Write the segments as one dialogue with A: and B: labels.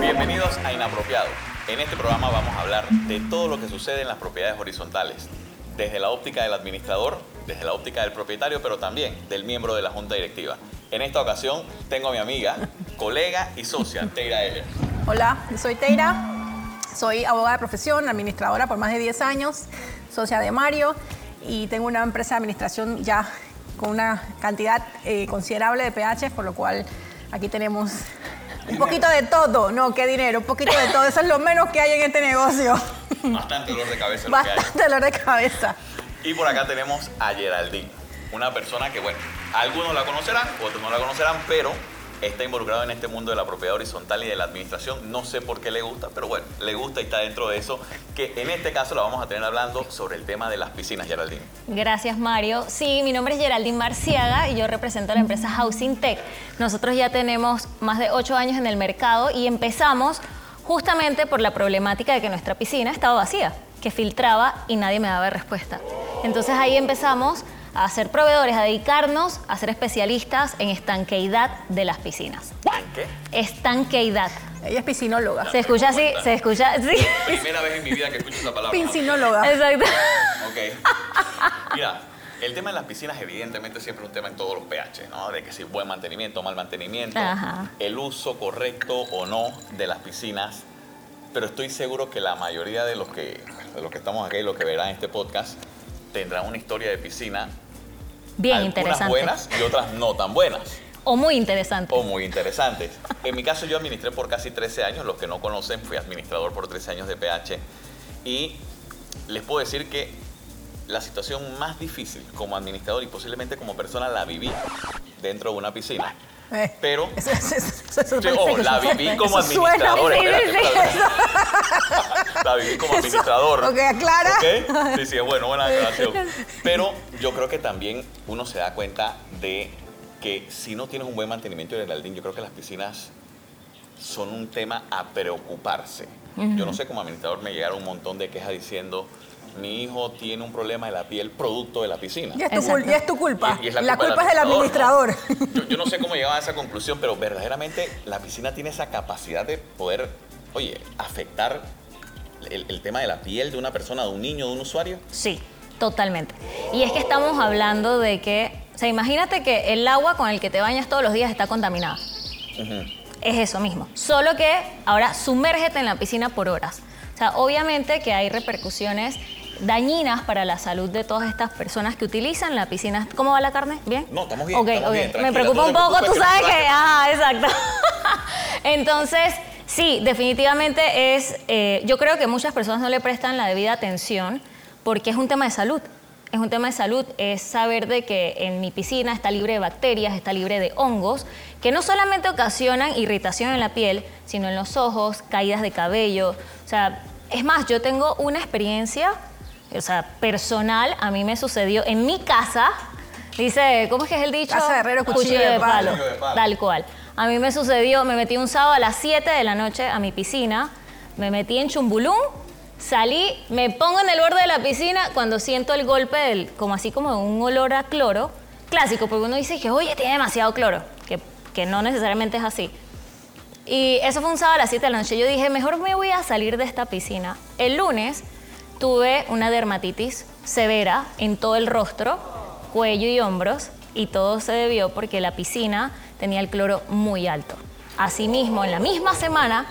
A: Bienvenidos a Inapropiado. En este programa vamos a hablar de todo lo que sucede en las propiedades horizontales, desde la óptica del administrador, desde la óptica del propietario, pero también del miembro de la junta directiva. En esta ocasión tengo a mi amiga, colega y socia, Teira Eller.
B: Hola, yo soy Teira, soy abogada de profesión, administradora por más de 10 años, socia de Mario y tengo una empresa de administración ya con una cantidad eh, considerable de PH, por lo cual aquí tenemos un poquito de todo, no, qué dinero, un poquito de todo, eso es lo menos que hay en este negocio.
A: Bastante dolor de cabeza lo que hay.
B: Bastante dolor de cabeza.
A: Y por acá tenemos a Geraldine, una persona que, bueno, algunos la conocerán, otros no la conocerán, pero está involucrado en este mundo de la propiedad horizontal y de la administración. No sé por qué le gusta, pero bueno, le gusta y está dentro de eso, que en este caso la vamos a tener hablando sobre el tema de las piscinas, Geraldine.
C: Gracias, Mario. Sí, mi nombre es Geraldine Marciaga y yo represento a la empresa Housing Tech. Nosotros ya tenemos más de ocho años en el mercado y empezamos justamente por la problemática de que nuestra piscina estaba vacía, que filtraba y nadie me daba respuesta. Entonces ahí empezamos a ser proveedores, a dedicarnos a ser especialistas en estanqueidad de las piscinas.
A: ¿En qué?
C: Estanqueidad.
B: Ella es piscinóloga.
C: Se escucha así, se escucha así.
A: Primera vez en mi vida que escucho esa palabra.
B: Piscinóloga.
C: Exacto.
A: Ok. Mira, el tema de las piscinas evidentemente siempre es un tema en todos los pH, ¿no? De que si buen mantenimiento, mal mantenimiento,
C: Ajá.
A: el uso correcto o no de las piscinas. Pero estoy seguro que la mayoría de los que, de los que estamos aquí y los que verán este podcast tendrán una historia de piscina.
C: Bien
A: algunas
C: interesante.
A: buenas y otras no tan buenas
C: O muy interesante.
A: o muy interesantes. En mi caso yo administré por casi 13 años, los que no conocen, fui administrador por 13 años de PH y les puedo decir que la situación más difícil como administrador y posiblemente como persona la viví dentro de una piscina.
B: Eh,
A: Pero
B: eso- eso- eso- eso
A: Sí,
B: parece
A: o
B: que
A: la
B: suena-
A: viví como
B: eso suena-
A: administradora.
B: Sí, sí,
A: espérate, espérate.
B: sí, eso-
A: la viví como
B: eso-
A: administrador.
B: ok, aclara.
A: ¿Ok? Sí, sí, es bueno, buena aclaración. Pero yo creo que también uno se da cuenta de que si no tienes un buen mantenimiento, Geraldine, yo creo que las piscinas son un tema a preocuparse. Yo no sé, como administrador me llegaron un montón de quejas diciendo, mi hijo tiene un problema de la piel producto de la piscina.
B: Ya es, tu
C: Exacto.
B: cul- ya es tu culpa.
A: Y- y es
B: la culpa, es del
A: ¿no?
B: administrador.
A: Yo, yo no sé cómo llegaba a esa conclusión, pero verdaderamente la piscina tiene esa capacidad de poder, oye, afectar el, el tema de la piel de una persona, de un niño, de un usuario.
C: Sí, totalmente. Y es que estamos hablando de que, o sea, imagínate que el agua con el que te bañas todos los días está contaminada. Es eso mismo. Solo que ahora sumérgete en la piscina por horas. O sea, obviamente que hay repercusiones dañinas para la salud de todas estas personas que utilizan la piscina. ¿Cómo va la carne? ¿Bien?
A: No, estamos bien,
C: Ok,
A: estamos
C: ok.
A: bien, tranquila,
C: Me preocupa
A: tú
C: un
A: no te
C: poco, tú
A: preocupes,
C: sabes
A: que
C: que...
A: nosotros-
C: Ah, exacto. Entonces, sí, definitivamente es, eh, yo creo que muchas personas no le prestan la debida atención porque es un tema de salud. Es un tema de salud, es saber de que en mi piscina está libre de bacterias, está libre de hongos, que no solamente ocasionan irritación en la piel, sino en los ojos, caídas de cabello. O sea, es más, yo tengo una experiencia, o sea, personal, a mí me sucedió en mi casa, dice, ¿cómo es que es el dicho?
B: Casa de herrero, cuchillo de palo.
A: Cuchillo de palo.
C: Tal Tal cual. A mí me sucedió, me metí un sábado a las 7 de la noche a mi piscina, me metí en Chumbulum, salí, me pongo en el borde de la piscina cuando siento el golpe del, como así como un olor a cloro, clásico, porque uno dice que, oye, tiene demasiado cloro, que, que no necesariamente es así. Y eso fue un sábado a las 7 de la noche. Yo dije, mejor me voy a salir de esta piscina. El lunes tuve una dermatitis severa en todo el rostro, cuello y hombros. Y todo se debió porque la piscina tenía el cloro muy alto. Asimismo, en la misma semana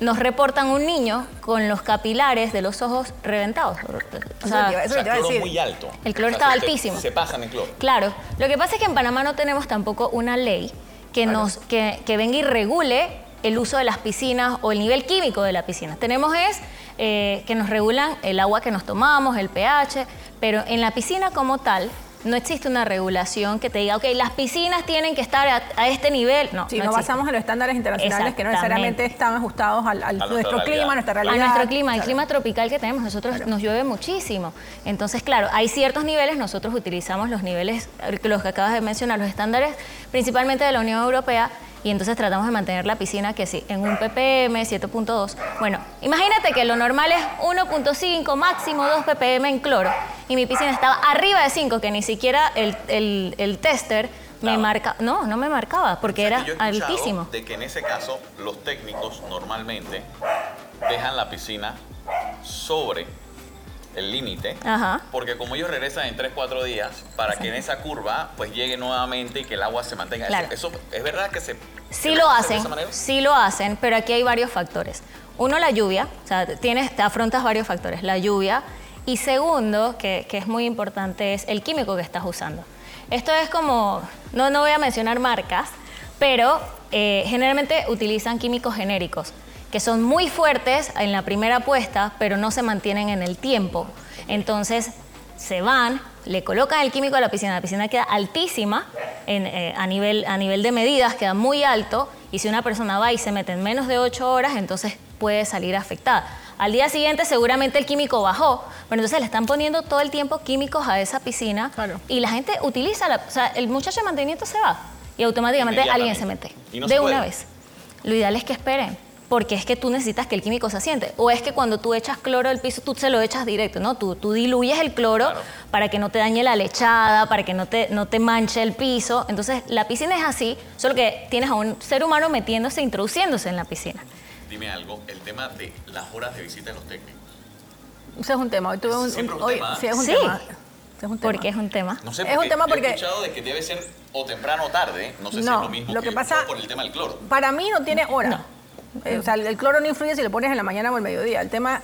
C: nos reportan un niño con los capilares de los ojos reventados. O
B: Eso te
C: sea,
B: iba- eso
A: O sea,
B: te iba a
A: cloro
B: decir.
A: muy alto.
C: El cloro estaba
A: se-
C: altísimo.
A: Se pasan el cloro.
C: Claro, lo que pasa es que en Panamá no tenemos tampoco una ley que, nos, que, que venga y regule el uso de las piscinas o el nivel químico de las piscinas. Tenemos es eh, que nos regulan el agua que nos tomamos, el pH, pero en la piscina como tal No existe una regulación que te diga, ok, las piscinas tienen que estar a, a este nivel. No,
B: Si
C: no
B: no
C: existe.
B: basamos en los estándares internacionales que no necesariamente
C: Exactamente.
B: están ajustados al, al-
A: A nuestra
B: nuestro
A: realidad.
B: clima, nuestra
A: A
B: realidad.
C: a nuestro clima, el
B: Claro.
C: clima tropical que tenemos, nosotros nos llueve muchísimo. Entonces, claro, hay ciertos niveles, nosotros utilizamos los niveles, eh, los que acabas de mencionar, los estándares principalmente de la Unión Europea, y entonces tratamos de mantener la piscina que sí, en un ppm 7.2. Bueno, imagínate que lo normal es 1.5, máximo 2 ppm en cloro, y mi piscina estaba arriba de 5, que ni siquiera el, el- el tester me
A: Daba.
C: marca, no, no me marcaba, porque
A: O sea,
C: era
A: que yo he escuchado
C: altísimo.
A: De que en ese caso los técnicos normalmente dejan la piscina sobre el límite.
C: Ajá.
A: Porque como ellos regresan en 3, 4 días, para que en esa curva pues llegue nuevamente y que el agua se mantenga. Eso-
C: Claro.
A: Eso, es verdad que se...
C: Sí
A: que hace
C: lo
A: de
C: hacen,
A: esa manera?
C: sí lo hacen, pero aquí hay varios factores. Uno, la lluvia, o sea, tienes, te afrontas varios factores, la lluvia. Y segundo, que, que es muy importante, es el químico que estás usando. Esto es como, no, no voy a mencionar marcas, pero eh, generalmente utilizan químicos genéricos, que son muy fuertes en la primera puesta, pero no se mantienen en el tiempo. Entonces, se van, le colocan el químico a la piscina, la piscina queda altísima en, eh, a, nivel, a nivel de medidas, queda muy alto, y si una persona va y se mete en menos de 8 horas, entonces puede salir afectada. Al día siguiente seguramente el químico bajó, pero entonces le están poniendo todo el tiempo químicos a esa piscina
B: Claro.
C: y la gente utiliza, la, o sea, el muchacho de mantenimiento se va y automáticamente alguien se
A: Inmediatamente.
C: mete,
A: Y no
C: de
A: se
C: una
A: puede.
C: vez. Lo ideal es que esperen, porque es que tú necesitas que el químico se asiente. O es que cuando tú echas cloro al piso, tú se lo echas directo, ¿no? Tú, tú diluyes el cloro
A: Claro.
C: para que no te dañe la lechada, para que no te, no te manche el piso. Entonces, la piscina es así, solo que tienes a un ser humano metiéndose, e introduciéndose en la piscina.
A: Dime algo, el tema de las horas de visita de los técnicos.
B: Ese es un tema. Hoy tuve un,
A: Siempre es un
B: hoy-
A: tema.
B: sí, es un
C: Sí.
B: tema. Sí, es un tema.
C: Porque es un tema.
A: No sé,
B: Es un
A: porque
B: tema
A: yo
B: porque-
A: he escuchado de que debe ser o temprano o tarde, no sé si es
B: No,
A: lo mismo
B: lo que
A: yo he
B: pasa-
A: escuchado por el tema del cloro.
B: Para mí no tiene hora. Eh, o sea, el, el cloro no influye si lo pones en la mañana o el mediodía. El tema,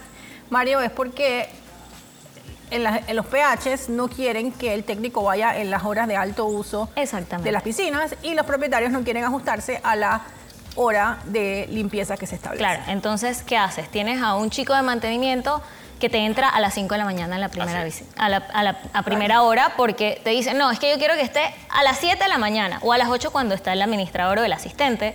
B: Mario, es porque en, las- en los PHs no quieren que el técnico vaya en las horas de alto uso
C: Exactamente.
B: de las piscinas y los propietarios no quieren ajustarse a la hora de limpieza que se establece.
C: Claro, entonces, ¿qué haces? Tienes a un chico de mantenimiento que te entra a las 5 de la mañana en la primera
A: Así es.
C: visi- a, la, a la- a primera hora porque te dice, no, es que yo quiero que esté a las 7 de la mañana o a las 8 cuando está el administrador o el asistente.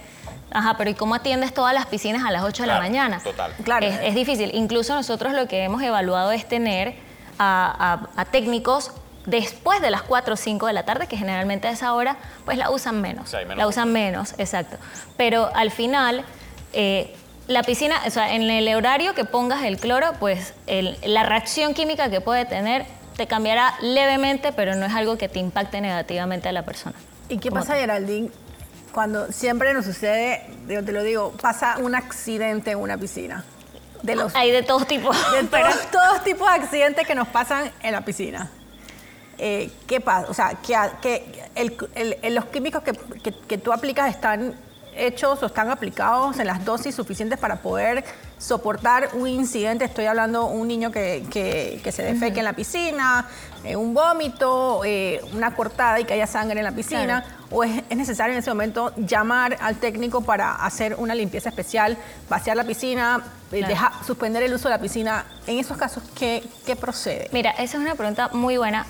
C: Ajá, pero ¿y cómo atiendes todas las piscinas a las 8 de la
A: Claro,
C: mañana?
A: total.
B: Claro.
C: Es, es difícil. Incluso nosotros lo que hemos evaluado es tener a, a- a técnicos después de las 4 o 5 de la tarde, que generalmente a esa hora pues la usan menos.
A: sea, hay menos
C: la usan menos, exacto. Pero al final, eh, la piscina, o sea, en el horario que pongas el cloro, pues el- la reacción química que puede tener te cambiará levemente, pero no es algo que te impacte negativamente a la persona.
B: ¿Y qué
C: Como
B: pasa, Geraldine, cuando siempre nos sucede, yo te lo digo, pasa un accidente en una piscina? De los
C: Hay de todos tipos.
B: de
C: pero-
B: todos, todos tipos de accidentes que nos pasan en la piscina. Eh, ¿Qué pasa? O sea, que, a- que el- el- el- los químicos que, que- que tú aplicas están hechos o están aplicados en las dosis suficientes para poder soportar un incidente. Estoy hablando un niño que, que- que se defeque en la piscina, eh, un vómito, eh, una cortada y que haya sangre en la piscina. ¿O es, es necesario en ese momento llamar al técnico para hacer una limpieza especial, vaciar la piscina, eh,
C: Claro.
B: deja- suspender el uso de la piscina? En esos casos, ¿qué, qué procede?
C: Mira, esa es una pregunta muy buena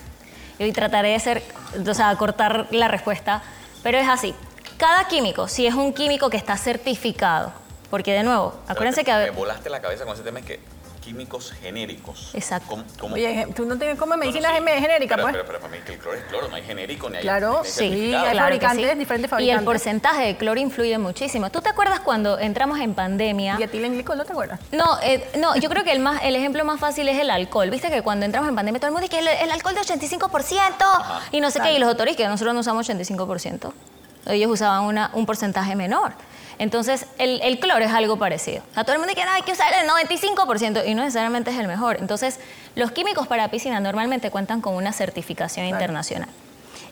C: y hoy trataré de ser, o sea, cortar la respuesta, pero es así. Cada químico, si es un químico que está certificado, porque de nuevo, acuérdense que... a
A: Me
C: ver-
A: volaste la cabeza con ese tema es que químicos genéricos.
C: Exacto.
A: ¿Cómo- cómo-
B: Oye, tú no tienes como
A: No, no,
B: medicina
A: sí.
B: genérica,
A: pero,
B: pues.
A: Pero, pero para mí que el cloro es cloro, no hay genérico ni hay.
B: Claro,
A: ni hay
B: sí,
A: certificado.
B: hay
C: claro que
B: fabricantes, diferentes
C: Y el
B: fabricantes.
C: porcentaje de cloro influye muchísimo. ¿Tú te acuerdas cuando entramos en pandemia?
B: Y etilenglico, ¿no te acuerdas?
C: No, eh, no, yo creo que el, más, el ejemplo más fácil es el alcohol. Viste que cuando entramos en pandemia todo el mundo dice que el, el alcohol de 85% y no sé qué, y los autores que nosotros no usamos 85%. Ellos usaban una- un porcentaje menor. Entonces, el, el cloro es algo parecido. A todo el mundo dice que no, hay que usar el 95% y no necesariamente es el mejor. Entonces, los químicos para piscina normalmente cuentan con una certificación internacional.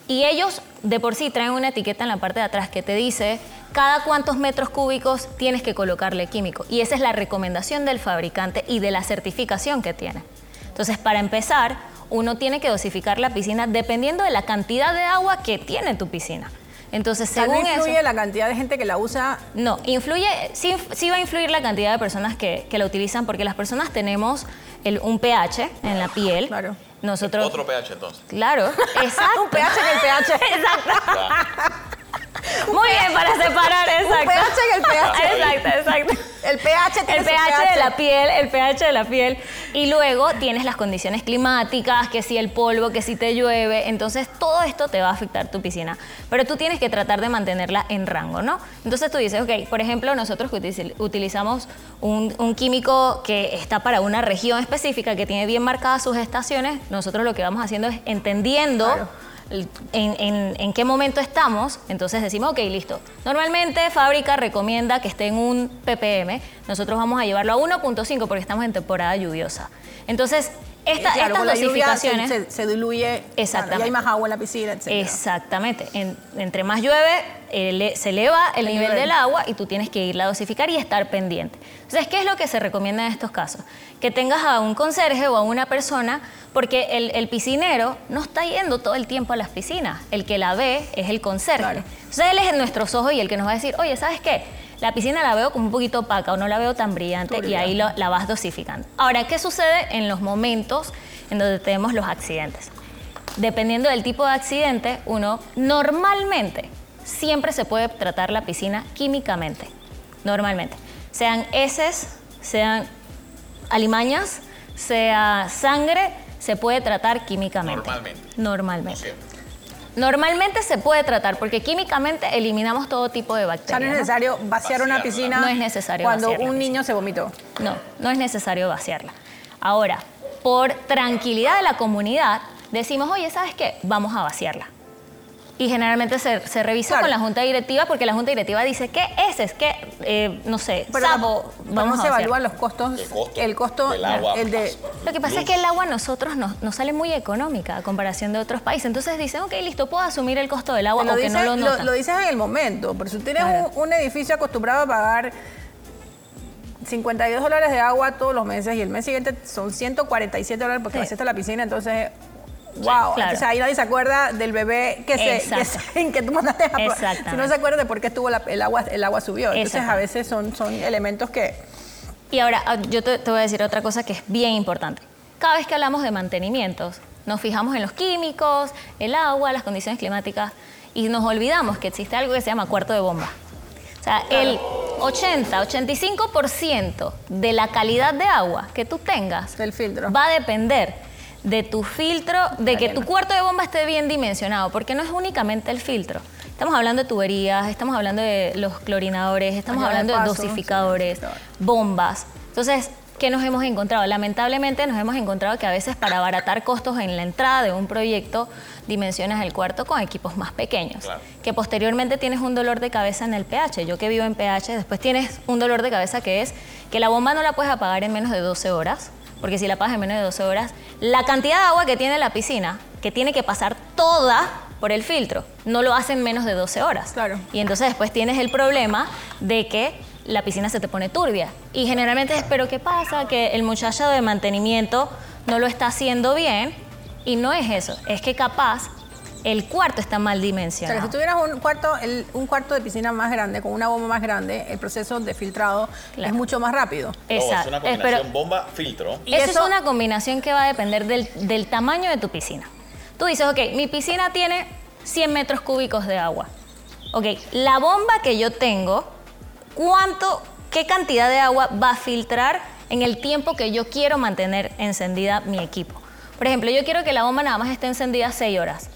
C: Y ellos de por sí traen una etiqueta en la parte de atrás que te dice cada cuántos metros cúbicos tienes que colocarle químico. Y esa es la recomendación del fabricante y de la certificación que tiene. Entonces, para empezar, uno tiene que dosificar la piscina dependiendo de la cantidad de agua que tiene tu piscina. Entonces,
B: O sea, no
C: según eso...
B: influye la cantidad de gente que la usa
C: No, influye, sí, sí va a influir la cantidad de personas que, que la utilizan, porque las personas tenemos el- un pH en la piel.
B: Claro.
C: Nosotros.
A: Otro pH entonces.
C: Claro, exacto.
B: Un pH en el pH.
C: Exacto.
A: Ya.
C: Muy bien, para separar, exacto. Ah,
B: pH en el pH.
C: Exacto, exacto.
B: El pH tiene
C: El
B: su
C: pH de la piel, el pH de la piel. Y luego tienes las condiciones climáticas, que si el polvo, que si te llueve. Entonces todo esto te va a afectar tu piscina. Pero tú tienes que tratar de mantenerla en rango, ¿no? Entonces tú dices, ok, por ejemplo, nosotros que util- utilizamos un, un químico que está para una región específica, que tiene bien marcadas sus estaciones, nosotros lo que vamos haciendo es entendiendo el- en, en- en qué momento estamos, entonces decimos, ok, listo. Normalmente fábrica recomienda que esté en un ppm, nosotros vamos a llevarlo a 1.5 porque estamos en temporada lluviosa. Entonces, esta-
B: Claro, con la
C: estas
B: lluvia se-
C: dosificaciones...
B: se, se diluye.
C: Exactamente.
B: Y hay más agua en la piscina, etc.
C: Exactamente. En- entre más llueve, ele- se eleva el,
B: El
C: nivel,
B: nivel.
C: del agua y tú tienes que irla a dosificar y estar pendiente. Entonces, ¿qué es lo que se recomienda en estos casos? Que tengas a un conserje o a una persona, porque el, el piscinero no está yendo todo el tiempo a las piscinas. El que la ve es el conserje.
B: Claro.
C: Entonces, él es en nuestros ojos y el que nos va a decir, oye, ¿sabes qué? La piscina la veo como un poquito opaca o no la veo tan brillante y
B: Turbia.
C: ahí lo- la vas dosificando. Ahora, ¿qué sucede en los momentos en donde tenemos los accidentes? Dependiendo del tipo de accidente, uno normalmente siempre se puede tratar la piscina químicamente. Normalmente. Sean heces, sean alimañas, sea sangre, se puede tratar químicamente.
A: Normalmente.
C: Normalmente.
A: No siempre.
C: Normalmente se puede tratar porque químicamente eliminamos todo tipo de
B: O sea, no
C: bacterias.
B: es
C: ¿no?
B: necesario vaciar una
A: Vaciarla.
B: piscina.
C: No es necesario
B: Cuando
C: vaciarla.
B: un niño se vomitó.
C: No, no es necesario vaciarla. Ahora, por tranquilidad de la comunidad, decimos, oye, ¿sabes qué? Vamos a vaciarla. Y generalmente se, se revisa
B: Claro.
C: con la junta directiva porque la junta directiva dice, ¿qué heces? ¿Qué, eh, no sé,
B: Pero,
C: sapo?
B: pero
C: Vamos
B: no
C: a
B: se
C: vaciar.
B: evalúan los costos.
A: El costo
B: El costo.
A: del agua,
B: el de,
A: más
C: Lo que pasa es
A: luz.
C: que el agua a nosotros nos, nos sale muy económica a comparación de otros países. Entonces dicen, ok, listo, puedo asumir el costo del agua
B: Te lo
C: o que
B: dices-
C: no lo
B: lo,
C: notan.
B: lo dices en el momento, pero si tú tienes
C: Claro.
B: un, un edificio acostumbrado a pagar 52 dólares de agua todos los meses y el mes siguiente son 147 dólares porque
C: Sí.
B: vaciaste la piscina, entonces, wow. O
C: claro.
B: sea, ahí nadie se acuerda del bebé que se, que,
C: Exacto.
B: se- en que tú mandaste a
C: Exactamente.
B: Si no se acuerda de por qué estuvo la- el, agua, el agua subió. Entonces, a
C: Exactamente.
B: veces son, son elementos que...
C: Y ahora, ah, yo te, te voy a decir otra cosa que es bien importante. Cada vez que hablamos de mantenimientos, nos fijamos en los químicos, el agua, las condiciones climáticas, y nos olvidamos que existe algo que se llama cuarto de bomba. O sea, el 80, 85% de la calidad de agua que tú tengas
B: Del filtro.
C: va a depender de tu filtro, de que tu cuarto de bomba esté bien dimensionado, porque no es únicamente el filtro. Estamos hablando de tuberías, estamos hablando de los clorinadores, estamos
B: Ayuda de
C: hablando de
B: paso, sí,
C: dosificadores,
B: claro.
C: bombas. Entonces, ¿qué nos hemos encontrado? Lamentablemente nos hemos encontrado que a veces para abaratar costos en la entrada de un proyecto dimensionas el cuarto con equipos más pequeños.
A: Claro.
C: Que posteriormente tienes un dolor de cabeza en el pH. Yo que vivo en pH, después tienes un dolor de cabeza que es que la bomba no la puedes apagar en menos de 12 horas, porque si la apagas en menos de 12 horas, la cantidad de agua que tiene la piscina, que tiene que pasar toda por el filtro, no lo hace en menos de 12 horas.
B: Claro.
C: Y entonces después tienes el problema de que la piscina se te pone turbia. Y generalmente es, pero ¿qué pasa? Que el muchacho de mantenimiento no lo está haciendo bien. Y no es eso, es que capaz el cuarto está mal
B: O sea, que si
C: dimensionado.
B: tuvieras un cuarto, el- un cuarto de piscina más grande, con una bomba más grande, el proceso de filtrado
C: Claro.
B: es mucho más rápido.
A: No, es una
C: Eh,
A: combinación
C: pero-
A: bomba-filtro.
B: Y
C: eso,
B: eso-
C: es una combinación que va a depender del, del tamaño de tu piscina. Tú dices, ok, mi piscina tiene 100 metros cúbicos de agua. Ok, la bomba que yo tengo, ¿cuánto, qué cantidad de agua va a filtrar en el tiempo que yo quiero mantener encendida mi equipo? Por ejemplo, yo quiero que la bomba nada más esté encendida 6 horas.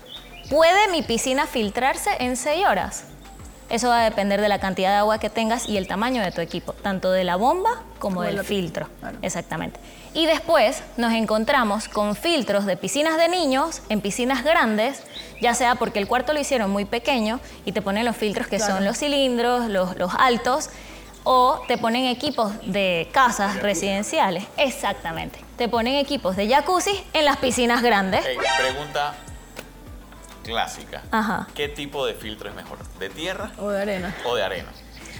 C: ¿Puede mi piscina filtrarse en 6 horas? Eso va a depender de la cantidad de agua que tengas y el tamaño de tu equipo, tanto de la bomba como,
B: Como de
C: del
B: la-
C: filtro.
B: claro.
C: Exactamente. Y después nos encontramos con filtros de piscinas de niños en piscinas grandes, ya sea porque el cuarto lo hicieron muy pequeño y te ponen los filtros que
B: Claro.
C: son los cilindros, los, los altos, o te ponen equipos de casas residenciales. Exactamente. Te ponen equipos de jacuzzi en las piscinas grandes.
A: Ey, pregunta clásica.
C: Ajá.
A: ¿Qué tipo de filtro es mejor? ¿De tierra
B: O de arena.
A: o de arena?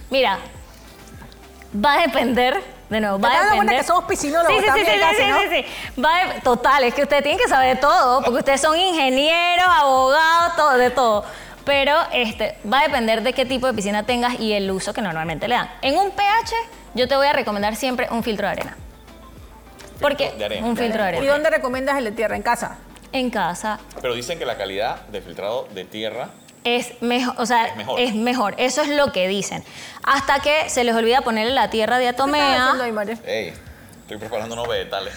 C: Mira, va a depender, de nuevo,
B: ¿Te
C: va a
B: das cuenta
C: depender.
B: que somos piscinólogos
C: sí, sí, sí,
B: también
C: sí,
B: casi,
C: sí,
B: no?
C: sí, sí. Va a- total, es que ustedes tienen que saber de todo, porque ustedes son ingenieros, abogados, todo, de todo. Pero este, va a depender de qué tipo de piscina tengas y el uso que normalmente le dan. En un pH, yo te voy a recomendar siempre un filtro de arena.
A: filtro
C: Porque
A: de arena.
C: un filtro de
B: ¿Y
C: arena.
B: dónde recomiendas el de tierra? ¿En casa?
C: En casa
A: Pero dicen que la calidad de filtrado de tierra
C: es mejor, o sea,
A: Es
C: es
A: mejor.
C: mejor. Eso es lo que dicen. Hasta que se les olvida ponerle la tierra de
B: ¿Qué estás haciendo,
C: atomea.
B: Aymar?
A: Ey, estoy preparando unos vegetales.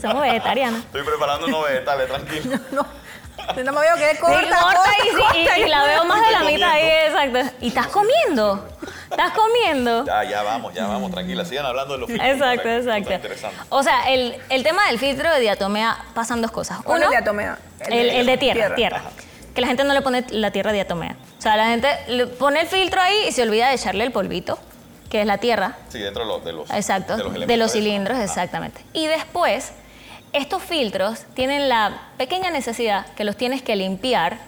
C: Somos vegetarianos.
A: Estoy preparando unos vegetales, tranquilo.
B: No, no me veo que es corta,
C: Sí, corta y,
B: corta,
C: y-
B: corta,
C: y la veo más de la
A: Estoy
C: mitad ahí, exacto. Y estás comiendo. Estás comiendo.
A: Ya, ya vamos, ya vamos, tranquila. Sigan hablando de los filtros.
C: Oh. Exacto,
A: Está- está
C: exacto.
A: Interesante.
C: O sea, el, el tema del filtro de diatomea pasan dos cosas.
B: ¿Cuál es
C: Uno,
B: el de atomea?
C: El, el de tierra, tierra.
A: Ajá.
C: Que la gente no le pone la tierra diatomea. O sea, la gente le pone el filtro ahí y se olvida de echarle el polvito, que es la tierra.
A: Sí, dentro de los, de los
C: Exacto, de los,
A: elementos esos.
C: cilindros,
A: Ah,
C: exactamente. Y después, estos filtros tienen la pequeña necesidad que los tienes que limpiar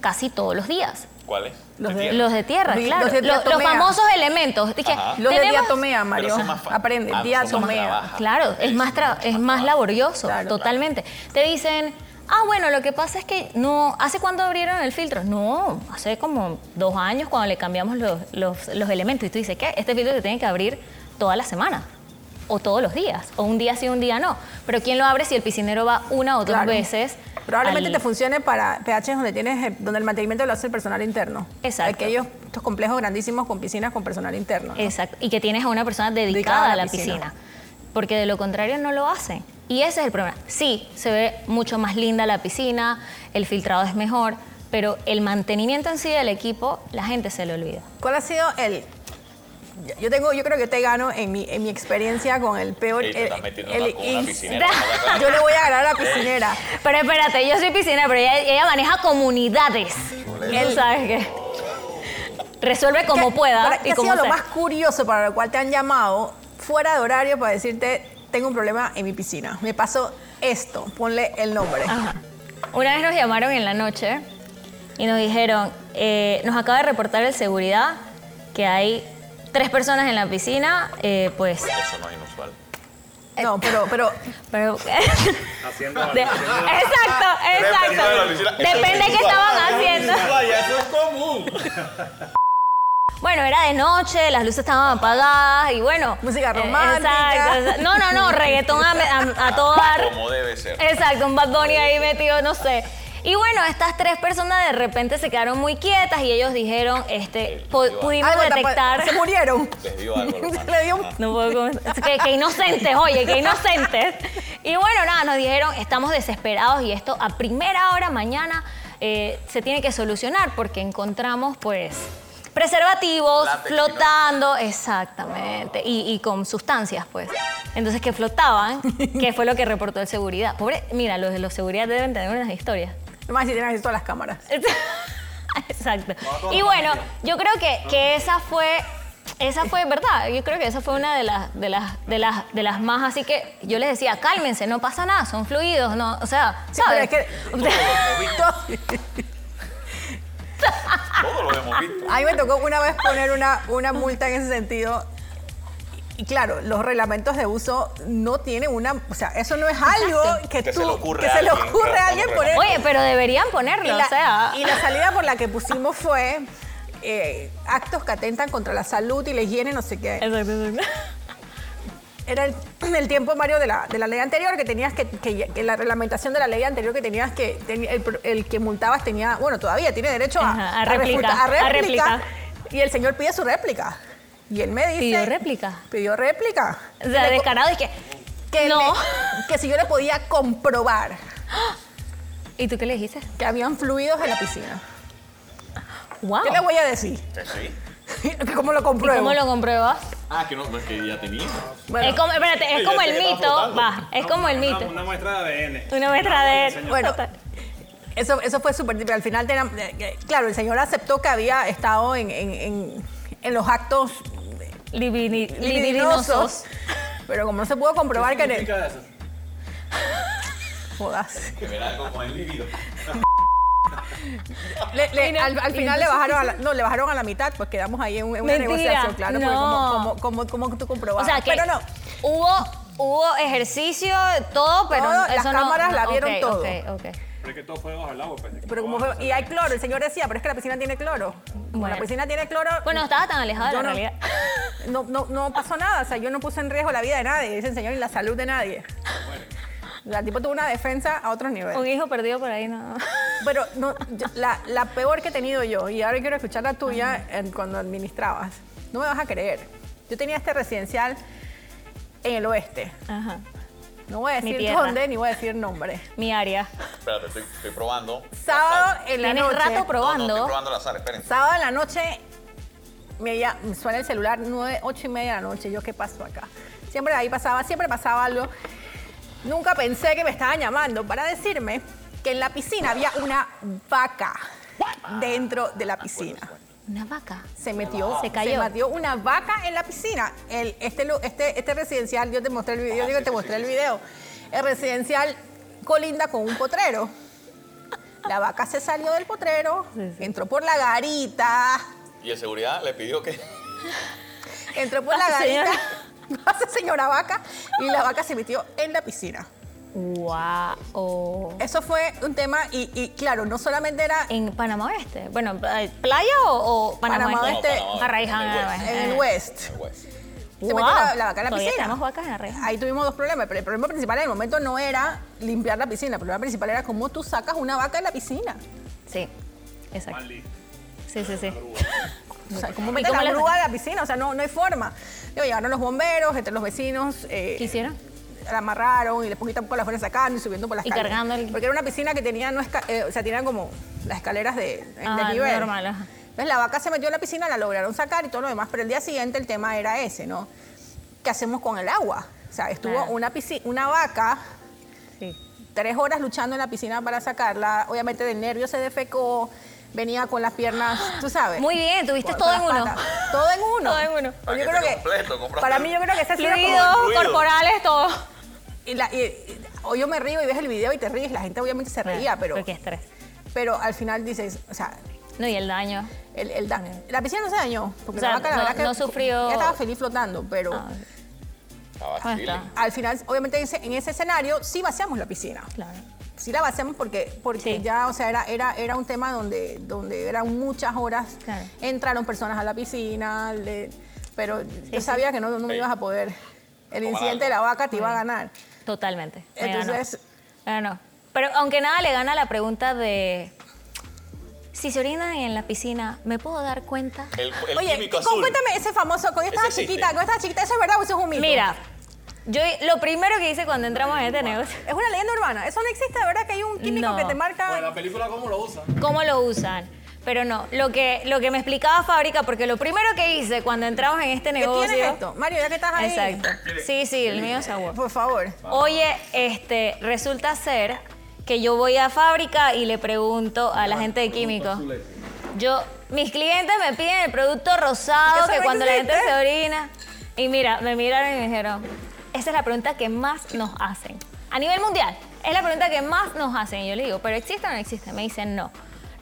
C: casi todos los días.
A: ¿Cuáles?
B: Los
A: De
B: de-
A: tierra.
C: Los de tierra,
B: Los de-
C: claro.
B: los de
C: Los, los
B: diatomea.
C: famosos elementos. Dije,
A: Ajá.
B: Los de
C: tenemos-
B: diatomea,
A: Pero
B: Mario.
A: son más fa-
B: Aprende,
A: ah, son más
B: diatomea.
A: trabajo.
C: Claro,
A: Ajá.
C: es más, tra- es más laborioso,
B: Claro,
C: totalmente. Te dicen, ah, bueno, lo que pasa es que no. ¿Hace cuándo abrieron el filtro? No, hace como dos años cuando le cambiamos los, los- los elementos. Y tú dices, ¿qué? Este filtro se tiene que abrir toda la semana. O todos los días. O un día sí, un día no. Pero ¿quién lo abre si el piscinero va una o dos
B: Claro.
C: veces?
B: Probablemente
C: al-
B: te funcione para PH donde tienes eh, donde el mantenimiento lo hace el personal interno.
C: Exacto. Eh.
B: Aquellos estos complejos grandísimos con piscinas con personal interno. ¿no?
C: Exacto. Y que tienes a una persona dedicada, a la piscina. Porque de lo contrario no lo hacen. Y ese es el problema. Sí, se ve mucho más linda la piscina, el filtrado es mejor, pero el mantenimiento en sí del equipo, la gente se le olvida.
B: ¿Cuál ha sido el yo tengo, yo creo que te gano en mi, en mi experiencia con el peor.
A: Ey, te estás metiendo mal con una
B: ins-
A: piscinera. Eh.
B: Yo le voy a ganar a la piscinera.
C: Pero espérate, yo soy piscina, pero ella, ella maneja comunidades. Él sabe que resuelve como
B: ¿Qué-
C: pueda
B: para-
C: y
B: ¿Qué ha
C: como
B: sido lo
C: sea.
B: más curioso para lo cual te han llamado fuera de horario para decirte tengo un problema en mi piscina? Me pasó esto, ponle el nombre.
C: Ajá. Una vez nos llamaron en la noche y nos dijeron, eh, nos acaba de reportar el seguridad que hay tres personas en la piscina, eh, pues...
A: Eso no es inusual.
C: eh,
B: No, pero, pero
C: Pero, De- exacto,
A: Tres personas en la
C: exacto.
A: piscina. Eso
C: Depende
A: es
C: de qué estaban
A: inusual.
C: haciendo.
D: Vaya, eso es común.
C: Bueno, era de noche, las luces estaban apagadas y bueno.
B: Música
C: eh,
B: romántica.
C: exacto, exacto. No, no, no, reggaetón a, a, a todo dar.
A: Como debe ser.
C: Exacto, un Bad Bunny ahí metido, no sé. Y bueno, estas tres personas de repente se quedaron muy quietas y ellos dijeron, este, po- pudimos
B: algo tapa-
C: detectar.
B: se murieron.
A: Les dio algo. los
B: Le dio un-
A: malos.
C: No puedo comenzar. Que, que inocentes, oye, que inocentes. Y bueno, nada, nos dijeron, estamos desesperados y esto a primera hora mañana eh, se tiene que solucionar porque encontramos, pues, preservativos
A: Látex,
C: flotando, exactamente, y, y con sustancias, pues. Entonces, que flotaban, que fue lo que reportó el seguridad. Pobre, mira, los de los seguridad deben tener unas historias.
B: Nomás si tienes acceso a las cámaras.
C: Exacto. Y bueno, yo creo que, que esa fue, esa fue, ¿verdad? Yo creo que esa fue una de las, de las, de las, de las más, así que yo les decía, cálmense, no pasa nada, son fluidos, no, o sea,
B: Sí, pero
C: ¿sabes?
B: es que-
A: Todos lo hemos visto.
B: A mí me tocó una vez poner una, una multa en ese sentido. Y claro, los reglamentos de uso no tienen una. O sea, eso no es algo que,
A: Que se le
B: tú.
A: ocurre
B: que
A: a
B: se le
A: alguien,
B: ocurre a
A: claro,
B: alguien
A: con
B: poner.
C: Oye, pero deberían
B: y,
C: ponerlo,
B: la,
C: o sea.
B: y la salida por la que pusimos fue. eh, actos que atentan contra la salud y la higiene, no sé qué.
C: Exacto, exacto.
B: Era el, el tiempo, Mario, de la, de la ley anterior que tenías que, que- que La reglamentación de la ley anterior que tenías que. ten- el, pro- el que multabas tenía. Bueno, todavía tiene derecho a.
C: Ajá, a réplica,
B: refuta- a
C: a
B: réplica.
C: réplica.
B: Y el señor pide su réplica. Y él me dice.
C: Pidió réplica.
B: Pidió réplica.
C: O sea, descarado, es que,
B: Que,
C: no.
B: le- que si yo le podía comprobar
C: ¿Y tú qué le dijiste?
B: que habían fluidos en la piscina.
C: Wow.
B: ¿Qué le voy a decir?
A: Que sí.
B: ¿Cómo lo compruebo?
C: Ah. ¿Cómo lo compruebas?
D: Ah, que no, no es que ya tenía.
B: Bueno,
C: es como, espérate, es
A: Ella
C: como
A: se
C: el
A: quedaba
C: mito,
A: flotando.
C: va, es como el
D: Una,
C: mito.
D: una muestra de ADN.
C: Una muestra de...
B: Bueno, eso, eso fue súper típico. Al final, tenía- eh, claro, el señor aceptó que había estado en, en- en- en los actos
C: Libini- libidinosos.
B: libidinosos, pero como no se pudo comprobar que... en el-
D: significa eso?
B: Jodas.
A: Que ver algo con el líbido.
B: Le- le-
C: Mira,
B: al, al
C: y
B: final le
C: entonces-
B: bajaron a la, no, le bajaron a la mitad, pues quedamos ahí en, un- en una
C: Mentira,
B: negociación, claro, porque como,
C: no.
B: como, como- como tú
C: O
B: comprobabas.
C: sea que
B: pero no,
C: hubo, hubo ejercicio, todo, pero
B: Todo,
C: eso
B: las
C: no-
B: cámaras la
C: no,
B: vieron
C: ok,
B: todo.
C: ok, ok.
D: Pero es que todo fue debajo del agua. pues.
B: Pero como fue- y hay cloro, el señor decía, pero es que la piscina tiene cloro. Como
C: Bueno.
B: la piscina tiene cloro.
C: Bueno, estaba tan alejada de
B: yo
C: Ah, la
B: no-
C: realidad.
B: No, no, no pasó nada, o sea, yo no puse en riesgo la vida de nadie, dice el señor, y la salud de nadie. O sea, el tipo tuvo una defensa a otro nivel.
C: Un hijo perdido por ahí, no.
B: Pero no, yo- la, la peor que he tenido yo, y ahora quiero escuchar la tuya en- cuando administrabas. No me vas a creer. Yo tenía este residencial en el oeste.
C: Ajá.
B: No voy a
C: Mi
B: decir
C: tierra.
B: dónde ni voy a decir nombre.
C: Mi área.
A: Espérate, estoy, estoy probando.
B: Sábado en la
C: Tienes
B: noche.
A: No,
C: rato pro-
A: no,
C: probando.
A: estoy probando la sal, espérense.
B: Sábado en la noche me, ya- me suena el celular, nueve, ocho y media de la noche. Yo, ¿qué pasó acá? Siempre ahí pasaba, siempre pasaba algo. Nunca pensé que me estaban llamando para decirme que en la piscina había una vaca dentro de la piscina.
C: Una vaca.
B: Se metió,
C: Se cayó.
B: metió una vaca en la piscina. El, este, lu- este, este residencial, yo te mostré el video, digo, te mostré el video. El residencial colinda con un potrero. La vaca se salió del potrero, entró por la garita,
A: Y el seguridad le pidió que.
B: entró por la
C: Pase,
B: garita,
C: señora.
B: pase señora vaca, y la vaca se metió en la piscina.
C: Wow.
B: Eso fue un tema, y, y claro, no solamente era
C: ¿En Panamá Oeste? Bueno, eh, ¿playa o, o Panamá,
B: Panamá
C: Oeste?
B: Oeste.
A: No,
C: Arraiján,
A: en el West.
C: Arraiján.
B: en el West.
A: Pues,
B: Se metió la, la vaca en la
C: Todavía
B: piscina.
C: tenemos vacas en Arraiján.
B: Ahí tuvimos dos problemas, pero el problema principal en el momento no era limpiar la piscina, el problema principal era cómo tú sacas una vaca de la piscina.
C: Sí, exacto.
D: Mal listo.
C: Sí, sí, sí.
B: O sea, cómo
C: ¿Y
B: metes
C: cómo
B: la
C: la
B: grúa de la piscina, o sea, no, no hay forma. Digo, llegaron los bomberos, entre los vecinos, eh,
C: ¿Qué hicieron?
B: la amarraron y le poquito a poco la fueron sacando y subiendo por las
C: Y
B: escaleras.
C: cargando el-
B: Porque era una piscina que tenía, no esca- eh, o sea, tenía como las escaleras de, en
C: Ah,
B: desnivel.
C: normal, ajá.
B: Entonces la vaca se metió en la piscina, la lograron sacar y todo lo demás, pero el día siguiente el tema era ese, ¿no? ¿Qué hacemos con el agua? O sea, estuvo
C: Claro.
B: una, pisci- una vaca
C: Sí.
B: tres horas luchando en la piscina para sacarla. Obviamente del nervio se defecó, venía con las piernas, tú sabes.
C: Muy bien, tuviste
B: Con-
C: todo
B: con
C: en
B: las
C: uno.
B: patas. Todo en uno.
C: Todo en uno.
B: Yo
A: Paquete
B: creo que-
A: completo, compraste
B: para mí yo creo que ese ha sido
C: Fluidos,
A: Fluido.
C: corporales, todo.
B: como- y la- y- y- o yo me río y ves el video y te ríes. La gente obviamente se reía, pero,
C: Ah, Porque estrés.
B: pero al final dices, o sea,
C: No, y el daño.
B: el, el daño. La piscina no se dañó, porque
C: O sea,
B: la vaca la
C: no-
B: verdad que
C: no sufrió-
B: ella estaba feliz flotando, pero
C: Ah,
A: estaba
C: ¿Cómo
A: chile.
C: está?
B: al final, obviamente en ese- en ese escenario sí vaciamos la piscina.
C: claro.
B: sí la vaciamos porque, porque
C: Sí.
B: ya, o sea, era, era, era un tema donde, donde eran muchas horas.
C: Claro.
B: Entraron personas a la piscina, le- pero yo
C: sí.
B: sabía que no, no me
A: Ey.
B: ibas a poder. El
A: Toma
B: incidente de la vaca te iba a ganar.
C: Totalmente. Me
B: Entonces-
C: ganó. Me ganó. Pero aunque nada le gana la pregunta de. Si se orinan en la piscina, ¿me puedo dar cuenta?
A: El, el
B: Oye,
A: químico
B: con-
A: azul.
B: cuéntame ese famoso, cuando yo
A: Ese
B: estaba
A: existe.
B: chiquita, cuando yo estaba chiquita, eso es verdad o eso es un mito.
C: Mira, yo lo primero que hice cuando entramos en este negocio,
B: Es una leyenda urbana, eso no existe, de verdad que hay un químico
C: No.
B: que te marca.
D: Bueno, Pues, la película, ¿cómo lo usa?
C: cómo lo usan. Pero no, lo que, lo que me explicaba Fábrica, porque lo primero que hice cuando entramos en este
B: ¿Qué
C: negocio.
B: tienes esto? Mario, ya que estás ahí.
C: Exacto. Sí, sí, el mío sabor.
B: Por favor.
C: Oye, este, resulta ser que yo voy a fábrica y le pregunto a la gente de químicos. Yo, mis clientes me piden el producto rosado
B: ¿Y qué
C: que
B: sabe
C: cuando
B: que
C: la gente
B: existe?
C: se orina. Y mira, me miraron y me dijeron, esa es la pregunta que más nos hacen. A nivel mundial, es la pregunta que más nos hacen. Y yo le digo, ¿pero existe o no existe? Me dicen, no.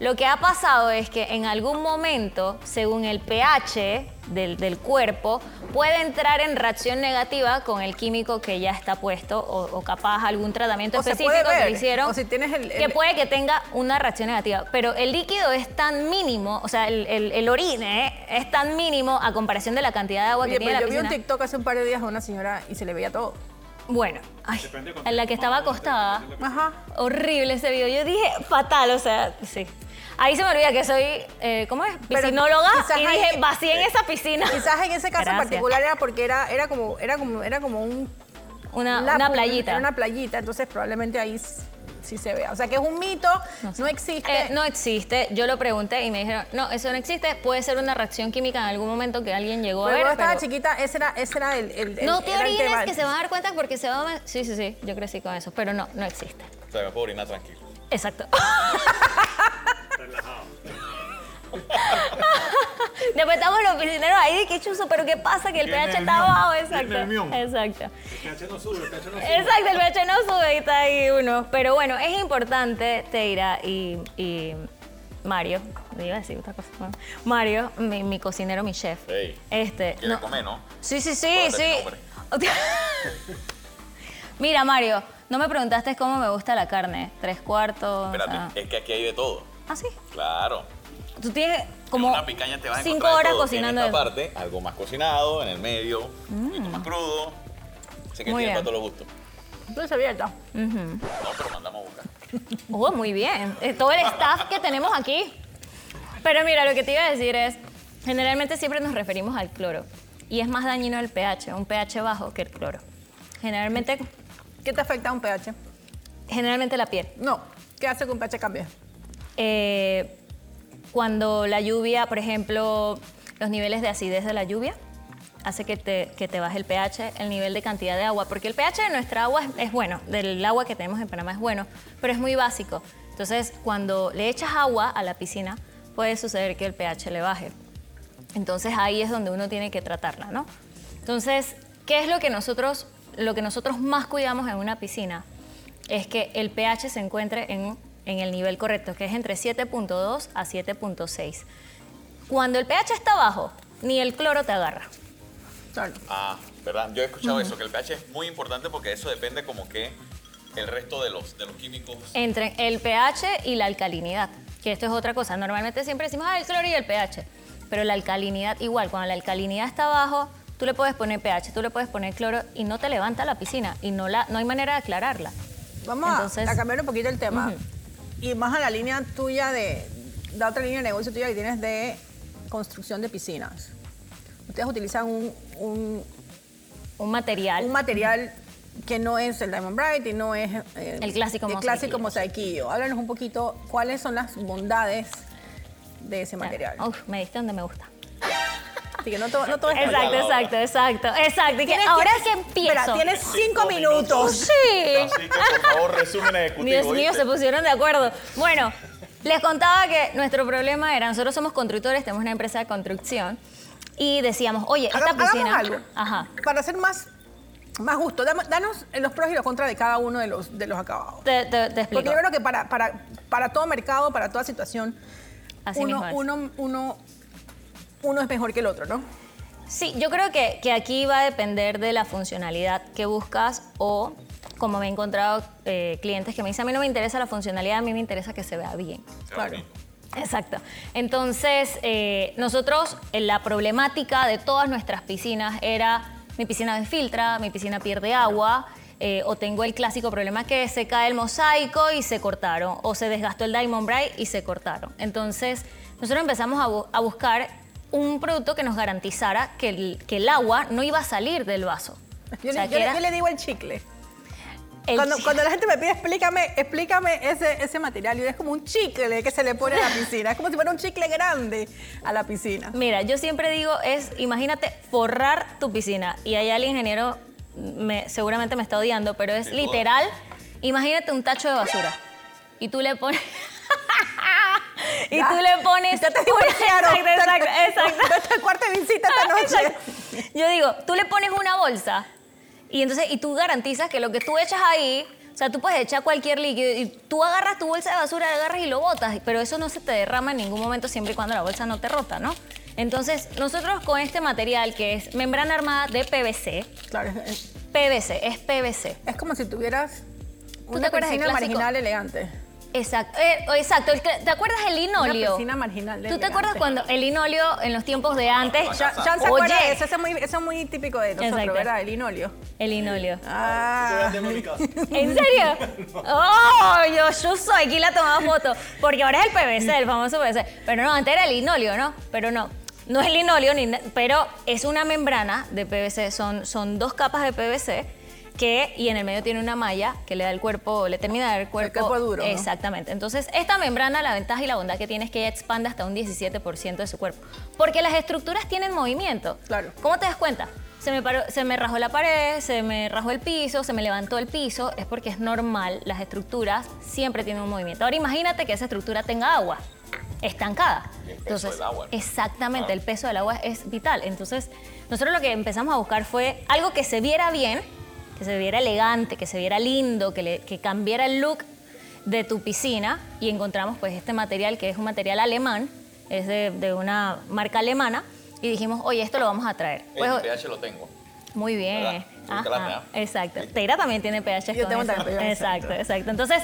C: Lo que ha pasado es que en algún momento, según el pH del, del cuerpo, puede entrar en reacción negativa con el químico que ya está puesto o, o capaz algún tratamiento
B: O se
C: específico
B: puede
C: que
B: ver,
C: le hicieron.
B: o si tienes el-
C: que
B: el-
C: puede que tenga una reacción negativa, pero el líquido es tan mínimo, o sea, el, el, el orine ¿eh? es tan mínimo a comparación de la cantidad de agua
B: Oye,
C: que tiene
B: pero
C: la
B: yo vi un
C: piscina.
B: TikTok hace un par de días a una señora y se le veía todo.
C: Bueno, ay,
D: Depende de
C: en la que estaba acostada,
B: Ajá.
C: horrible ese video. Yo dije, fatal, o sea, sí. Ahí se me olvida que soy, eh, ¿cómo es?
B: Pero
C: Piscinóloga.
B: quizás
C: Y
B: ahí-
C: dije, vacié en esa piscina.
B: Quizás en ese caso en
C: Gracias.
B: particular era porque era, era como, era como, era como un
C: Una,
B: lapo,
C: una playita. Eh,
B: Era una playita, entonces probablemente ahí s- sí se vea. O sea que es un mito, no, existe.
C: Eh, no existe. Yo lo pregunté y me dijeron, no, eso no existe. Puede ser una reacción química en algún momento que alguien llegó a
B: Pero
C: ver.
B: cuando estaba
C: pero-
B: chiquita, ese era, ese era el, el- el-
C: no te
B: era el
C: orines
B: tema.
C: que se van a dar cuenta porque se va a... Sí, sí, sí, yo crecí con eso, pero no, no existe.
A: O sea, me puedo orinar tranquilo.
C: Exacto. Después estamos los piscineros ahí, qué chuzo, pero qué pasa que el
D: Tiene
C: pH
D: el
C: está
D: miom,
C: abajo,
D: tiene
C: exacto.
D: el miom.
C: Exacto.
D: El pH no sube, el pH no sube.
C: Exacto, el pH no sube y está ahí uno. Pero bueno, es importante, Teira y, y Mario, me iba a decir otra cosa. bueno, Mario, mi, mi cocinero, mi chef.
A: Ey,
C: este,
A: Quiere comer, ¿no?
C: Sí, sí, sí,
A: Acuérdate
C: sí.
A: mi nombre.
C: Mira, Mario, No me preguntaste cómo me gusta la carne. Tres cuartos. o sea.
A: Espérate, es que aquí hay de todo.
C: Ah, sí.
A: Claro.
C: Tú tienes
A: en
C: como
A: una picaña te vas a
C: cinco
A: encontrar de
C: horas
A: todo.
C: cocinando
A: En
C: eso. Mm.
A: esta parte, algo más cocinado, en el medio, un poquito más crudo. Así que
C: Muy
A: tiene
C: bien.
A: para todos los gustos.
B: Entonces abierta.
A: No, pero mandamos a buscar.
C: Oh, muy bien. Eh, Todo el staff que tenemos aquí. Pero mira, lo que te iba a decir es, generalmente siempre nos referimos al cloro. Y es más dañino el pH, un pH bajo que el cloro. Generalmente,
B: ¿Qué te afecta un pH?
C: generalmente la piel.
B: No. ¿Qué hace que un pH cambie?
C: Eh, cuando la lluvia, por ejemplo, los niveles de acidez de la lluvia hace que te, que te baje el pH, el nivel de cantidad de agua, porque el pH de nuestra agua es, es bueno, del agua que tenemos en Panamá es bueno, pero es muy básico. Entonces, cuando le echas agua a la piscina, puede suceder que el pH le baje. Entonces ahí es donde uno tiene que tratarla, ¿no? Entonces, ¿qué es lo que nosotros, lo que nosotros más cuidamos en una piscina? Es que el pH se encuentre en, en el nivel correcto, que es entre 7.2 a 7.6. Cuando el pH está bajo, ni el cloro te agarra.
B: Claro.
A: Ah, ¿verdad? Yo he escuchado eso, que el pH es muy importante porque eso depende como que el resto de los, de los químicos.
C: Entre el pH y la alcalinidad, que esto es otra cosa. Normalmente siempre decimos, ah, el cloro y el pH, pero la alcalinidad igual, cuando la alcalinidad está bajo, tú le puedes poner pH, tú le puedes poner cloro y no te levanta la piscina y no, la, no hay manera de aclararla.
B: Vamos a-
C: Entonces-
B: a, cambiar un poquito el tema. Y más a la línea tuya de, la otra línea de negocio tuya que tienes de construcción de piscinas. Ustedes utilizan un, un-
C: Un material.
B: un material que no es el Diamond Bright y no es eh,
C: El clásico
B: el clásico
C: mosaiquillo.
B: mosaiquillo. Háblanos un poquito cuáles son las bondades de ese material.
C: Uf, me diste donde me gusta.
B: Así que no todo, no todo es
C: Exacto,
A: la obra.
C: exacto, exacto, exacto. Y que
B: Tienes-
C: ahora
B: tienes-
C: que empiezo. Oh,
B: Espera, tienes cinco,
A: Cinco
B: minutos.
A: minutos.
C: Sí.
A: Así que por favor, resumen ejecutivo.
C: Dios Eh. mío,
A: ¿viste?
C: se pusieron de acuerdo. Bueno, les contaba que nuestro problema era, nosotros somos constructores, tenemos una empresa de construcción y decíamos, oye, esta
B: Hagam-
C: piscina...
B: Hagamos algo.
C: Ajá.
B: Para hacer más, más gusto, dam- danos los pros y los contras de cada uno de los, de los acabados.
C: Te, te- te explico.
B: Porque yo creo que para, para, para todo mercado, para toda situación,
C: Así mismo
B: uno,
C: es.
B: uno, uno, uno es mejor que el otro, ¿no?
C: Sí, yo creo que, que aquí va a depender de la funcionalidad que buscas o como me he encontrado eh, clientes que me dicen, a mí no me interesa la funcionalidad, a mí me interesa que se vea bien.
B: Claro.
C: Exacto. Entonces, eh, nosotros, eh, la problemática de todas nuestras piscinas era mi piscina me filtra, mi piscina pierde agua, eh, o tengo el clásico problema que se cae el mosaico y se cortaron, o se desgastó el Diamond Bright y se cortaron. Entonces, nosotros empezamos a, bu- a buscar un producto que nos garantizara que el, que el agua no iba a salir del vaso.
B: Yo,
C: O sea,
B: le,
C: que
B: yo le-
C: era
B: yo le digo el chicle.
C: el
B: cuando,
C: chi-
B: cuando la gente me pide, explícame, explícame ese, ese material, y es como un chicle que se le pone a la piscina. Es como si fuera un chicle grande a la piscina.
C: Mira, yo siempre digo es, imagínate forrar tu piscina y allá el ingeniero me- seguramente me está odiando, pero es
A: Sin duda.
C: literal, imagínate un tacho de basura y tú le pones y
B: Ya.
C: tú le pones
B: Ya te
C: una-
B: divorciaron.
C: exacto, exacto, exacto. Ah,
B: Esta cuarta visita esta noche.
C: Yo digo, tú le pones una bolsa y entonces y tú garantizas que lo que tú echas ahí, o sea, tú puedes echar cualquier líquido y tú agarras tu bolsa de basura, agarras y lo botas, pero eso no se te derrama en ningún momento siempre y cuando la bolsa no te rota, ¿no? Entonces, nosotros con este material que es membrana armada de PVC,
B: Claro, es,
C: PVC, es PVC.
B: es como si tuvieras una
C: acuerdas del
B: piscina
C: clásico?
B: marginal elegante.
C: Exacto, eh, exacto, el que- ¿te acuerdas el
B: Una
C: linolio?
B: piscina marginal
C: ¿Tú te acuerdas cuando el linoleo en los tiempos de antes?
B: Ya, ya se
C: Oye,
B: acuerda de eso, eso es muy, eso es muy típico de nosotros,
C: Exacto.
B: ¿verdad? El linolio.
C: El linoleo.
B: Ah,
C: ¿En serio? Oh, yo, yo soy aquí la tomaba foto. Porque ahora es el PVC, el famoso PVC. Pero no, antes era el linoleo, ¿no? Pero no. No es linoleo, ni na- pero es una membrana de PVC. Son, son dos capas de PVC que, y en el medio tiene una malla que le da el cuerpo, le termina de dar el cuerpo.
B: cuerpo duro, ¿no?
C: Exactamente. Entonces, esta membrana, la ventaja y la bondad que tiene es que ella expande hasta un 17% de su cuerpo. Porque las estructuras tienen movimiento.
B: Claro.
C: ¿Cómo te das cuenta? Se me, paró- se me rajó la pared, se me rajó el piso, se me levantó el piso. Es porque es normal, las estructuras siempre tienen un movimiento. Ahora imagínate que esa estructura tenga agua estancada.
A: Y el peso del agua, ¿no?
C: Exactamente,
A: Ah.
C: el peso del agua es vital. Entonces, nosotros lo que empezamos a buscar fue algo que se viera bien, que se viera elegante, que se viera lindo, que, le- que cambiara el look de tu piscina y encontramos pues este material que es un material alemán, es de, de una marca alemana y dijimos, oye, esto lo vamos a traer.
A: El
C: Pues,
A: pH lo tengo.
C: muy bien.
A: ¿Verdad? Busca la
C: Ajá,
A: pH.
C: exacto. Teira también tiene pH.
B: Yo
C: con
B: tengo
C: eso.
B: también pH,
C: Exacto, exacto. Entonces,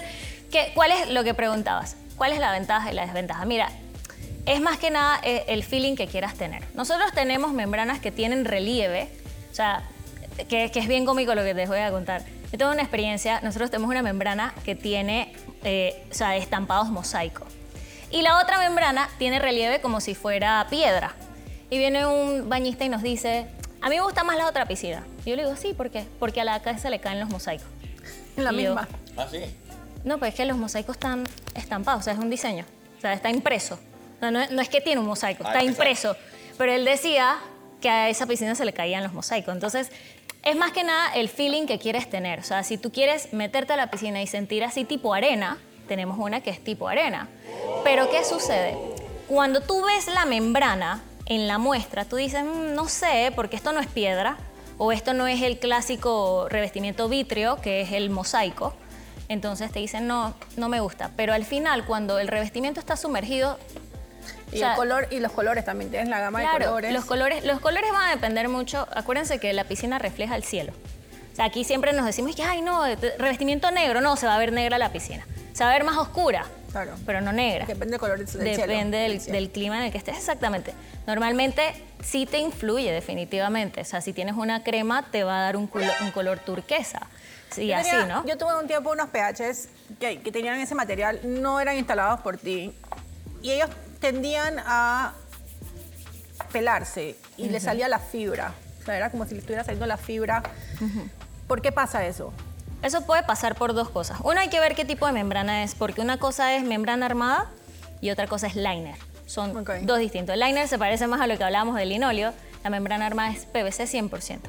C: ¿qué, ¿cuál es lo que preguntabas? ¿Cuál es la ventaja y la desventaja? Mira, es más que nada eh, el feeling que quieras tener. Nosotros tenemos membranas que tienen relieve, o sea, que, que es bien cómico lo que te voy a contar. Yo tengo una experiencia, nosotros tenemos una membrana que tiene, eh, o sea, estampados mosaico. Y la otra membrana tiene relieve como si fuera piedra. Y viene un bañista y nos dice, a mí me gusta más la otra piscina. Y yo le digo, sí, ¿por qué? Porque a la casa le caen los mosaicos.
B: La
C: Y yo,
B: misma.
A: Ah, sí.
C: No, pero es que los mosaicos están estampados, o sea, es un diseño. O sea, está impreso. No, no- no es que tiene un mosaico,
A: Ah,
C: está
A: exacto.
C: impreso. Pero él decía que a esa piscina se le caían los mosaicos. Entonces, es más que nada el feeling que quieres tener. O sea, si tú quieres meterte a la piscina y sentir así tipo arena, tenemos una que es tipo arena. Pero ¿qué sucede? Cuando tú ves la membrana en la muestra, tú dices, "Mm, no sé, porque esto no es piedra, o esto no es el clásico revestimiento vitrio, que es el mosaico. Entonces te dicen, no, no me gusta. Pero al final, cuando el revestimiento está sumergido,
B: Y,
C: O sea-
B: el color, y los colores también, tienes la gama de
C: claro,
B: colores.
C: los colores, los colores van a depender mucho. Acuérdense que la piscina refleja el cielo. O sea, aquí siempre nos decimos que, ay, no, te- revestimiento negro. No, se va a ver negra la piscina. Se va a ver más oscura,
B: Claro.
C: pero no negra.
B: Depende del color del cielo.
C: Depende del,
B: cielo.
C: del clima en el que estés, exactamente. Normalmente sí te influye definitivamente. O sea, si tienes una crema, te va a dar un, culo- un color turquesa. Y
B: Yo
C: así,
B: tenía-
C: ¿no?
B: Yo tuve un tiempo unos PHs que, que tenían ese material, no eran instalados por ti. Y ellos tendían a pelarse y les salía la fibra. O sea, era como si le estuviera saliendo la fibra. ¿Por qué pasa eso?
C: Eso puede pasar por dos cosas. Una hay que ver qué tipo de membrana es, porque una cosa es membrana armada y otra cosa es liner. Son
B: Ok.
C: dos distintos. El liner se parece más a lo que hablábamos del linoleo. La membrana armada es PVC 100%.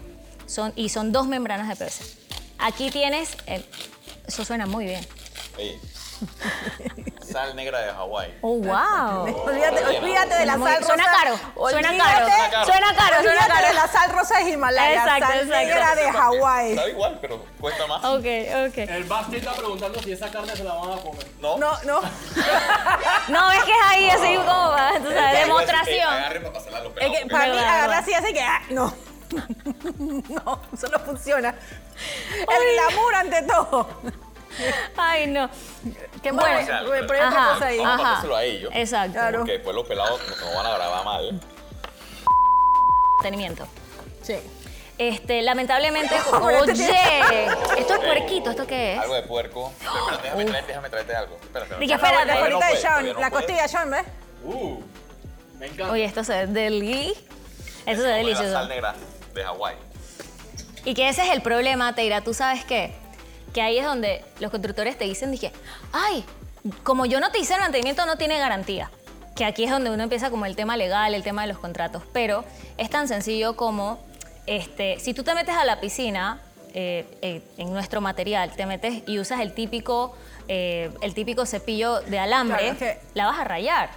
C: Son, y son dos membranas de PVC. Aquí tienes... el- eso suena muy bien.
A: Oye. Sal negra de Hawái.
C: ¡Oh, wow!
B: Olvídate, olvídate de la sal
C: Suena
B: rosa.
C: caro, suena
B: Olvídate-
C: caro, suena caro, suena
B: olvídate
C: caro.
B: de la sal rosa de Himalaya,
C: Exacto,
B: sal
C: exacto.
B: negra de Hawái.
A: Sabe igual, pero cuesta más.
C: Ok, ok.
D: El Basti está preguntando si esa carne se la van a comer.
A: No.
B: No, no.
C: No, es que es ahí así como va, tú
A: Ella iba a
C: sabes,
A: decir, "Ey, pues, eh,
C: demostración.
A: agarren para pasarla a los
B: Es
A: pelados".
B: que para mí
C: Verdad,
B: agarra
C: verdad.
B: así y hace que ah, no. no, eso no funciona. El glamour ante todo.
C: Ay, no.
B: Qué
C: Bueno,
B: bueno,
A: claro,
B: pero
A: claro.
B: hay otra cosa ahí.
A: Vamos a pasárselo a ellos.
C: Exacto.
B: Claro.
A: Porque después los pelados no no van a grabar mal.
C: Mantenimiento.
B: Sí.
C: Este, lamentablemente,
B: Pero
C: oye,
B: este tiene-
C: esto es puerquito, ¿esto qué es?
A: Algo de puerco. Pero, espérate,
B: Uh.
A: déjame traerte, déjame traerte algo. Espérate.
C: Dije,
A: espérate.
C: espérate.
B: La
A: Todavía no
B: colita de
A: puede, todavía
B: Sean,
A: no
B: la
A: puede.
B: costilla de Sean, ¿ves?
D: Uh, me encanta.
C: Oye, esto se ve deli. Eso se ve
A: Como la
C: delicioso.
A: Sal negra de Hawái.
C: Y que ese es el problema, Teira. ¿Tú sabes qué? Que ahí es donde los constructores te dicen, dije, ay, como yo no te hice el mantenimiento, no tiene garantía. Que aquí es donde uno empieza como el tema legal, el tema de los contratos. Pero es tan sencillo como, este, si tú te metes a la piscina, eh, eh, en nuestro material, te metes y usas el típico, eh, el típico cepillo de alambre,
B: Claro, es que-
C: la vas a rayar.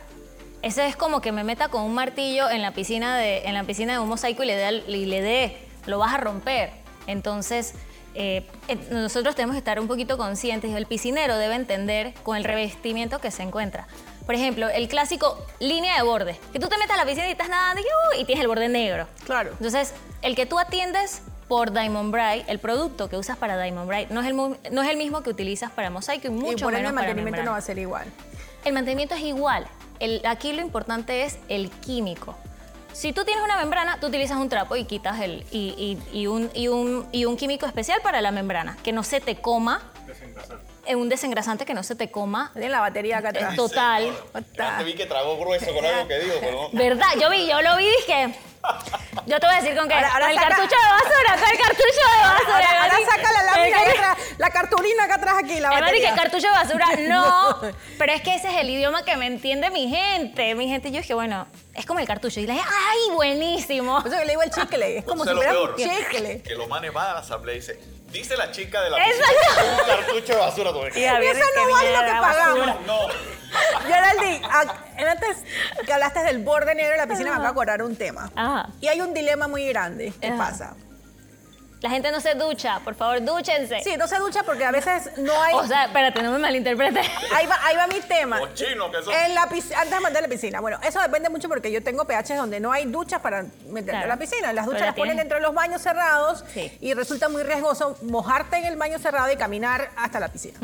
C: Ese es como que me meta con un martillo en la piscina de, en la piscina de un mosaico y le dé, al- y le dé, lo vas a romper. Entonces, eh, eh, nosotros tenemos que estar un poquito conscientes y el piscinero debe entender con el revestimiento que se encuentra. Por ejemplo, el clásico línea de borde, que tú te metas a la piscina y estás nadando y, ¡uh! y tienes el borde negro.
B: Claro.
C: Entonces, el que tú atiendes por Diamond Bright, el producto que usas para Diamond Bright, no es el, mu- no es el mismo que utilizas para mosaico y
B: Y
C: mucho
B: por ende
C: menos
B: el
C: para
B: mantenimiento no
C: membrana.
B: va a ser igual.
C: El mantenimiento es igual. El- aquí lo importante es el químico. Si tú tienes una membrana, tú utilizas un trapo y quitas el y, y- y un, y un- y un químico especial para la membrana, que no se te coma. eh, Un desengrasante que no se te coma.
B: Tiene la batería acá
C: eh,
B: atrás.
C: Total.
A: Ya te vi que tragó grueso con algo que digo, pero no.
C: ¿Verdad? Yo vi, yo lo vi y dije. Yo te voy a decir con qué.
B: Ahora- ahora
C: el
B: saca-
C: cartucho de basura, con el cartucho de basura.
B: Ahora, ahora
C: así.
B: saca la lámina
C: El
B: acá
C: cartu-
B: atrás, la cartulina acá atrás aquí, la
C: Hermano, y que
B: batería.
C: cartucho de basura, no. Pero es que ese es el idioma que me entiende mi gente. Mi gente, yo dije, bueno, es como el cartucho. Y le dije, ¡ay, buenísimo!
B: Por eso que le digo el chicle, es como
A: Eso
B: si
A: es lo
B: fuera un
A: peor.
B: chicle.
A: Que los manes van a la asamblea y dice, dice la chica de la
C: Exacto.
A: un cartucho de basura. tú ves.
C: Y Gabriel,
B: Eso no
C: que
B: vale lo
C: viene
B: que
C: la
B: pagamos.
C: basura.
A: No.
B: Geraldine, a- antes que hablaste del borde negro de la piscina, me acabo de acordar un tema.
C: Ajá.
B: Y hay un dilema muy grande que
C: Ajá.
B: pasa.
C: La gente no se ducha, por favor, dúchense.
B: Sí, no se ducha porque a veces no hay...
C: Eh. O sea, espérate, no me malinterpretes.
B: Ahí va, ahí va mi tema.
A: Cochino que sos.
B: En la piscina, antes de mandar a la piscina. Bueno, eso depende mucho porque yo tengo PH donde no hay duchas para meter
C: Claro.
B: a la piscina. Las duchas
C: Pero
B: las ponen
C: tienen-
B: dentro de los baños cerrados
C: Sí.
B: y resulta muy riesgoso mojarte en el baño cerrado y caminar hasta la piscina.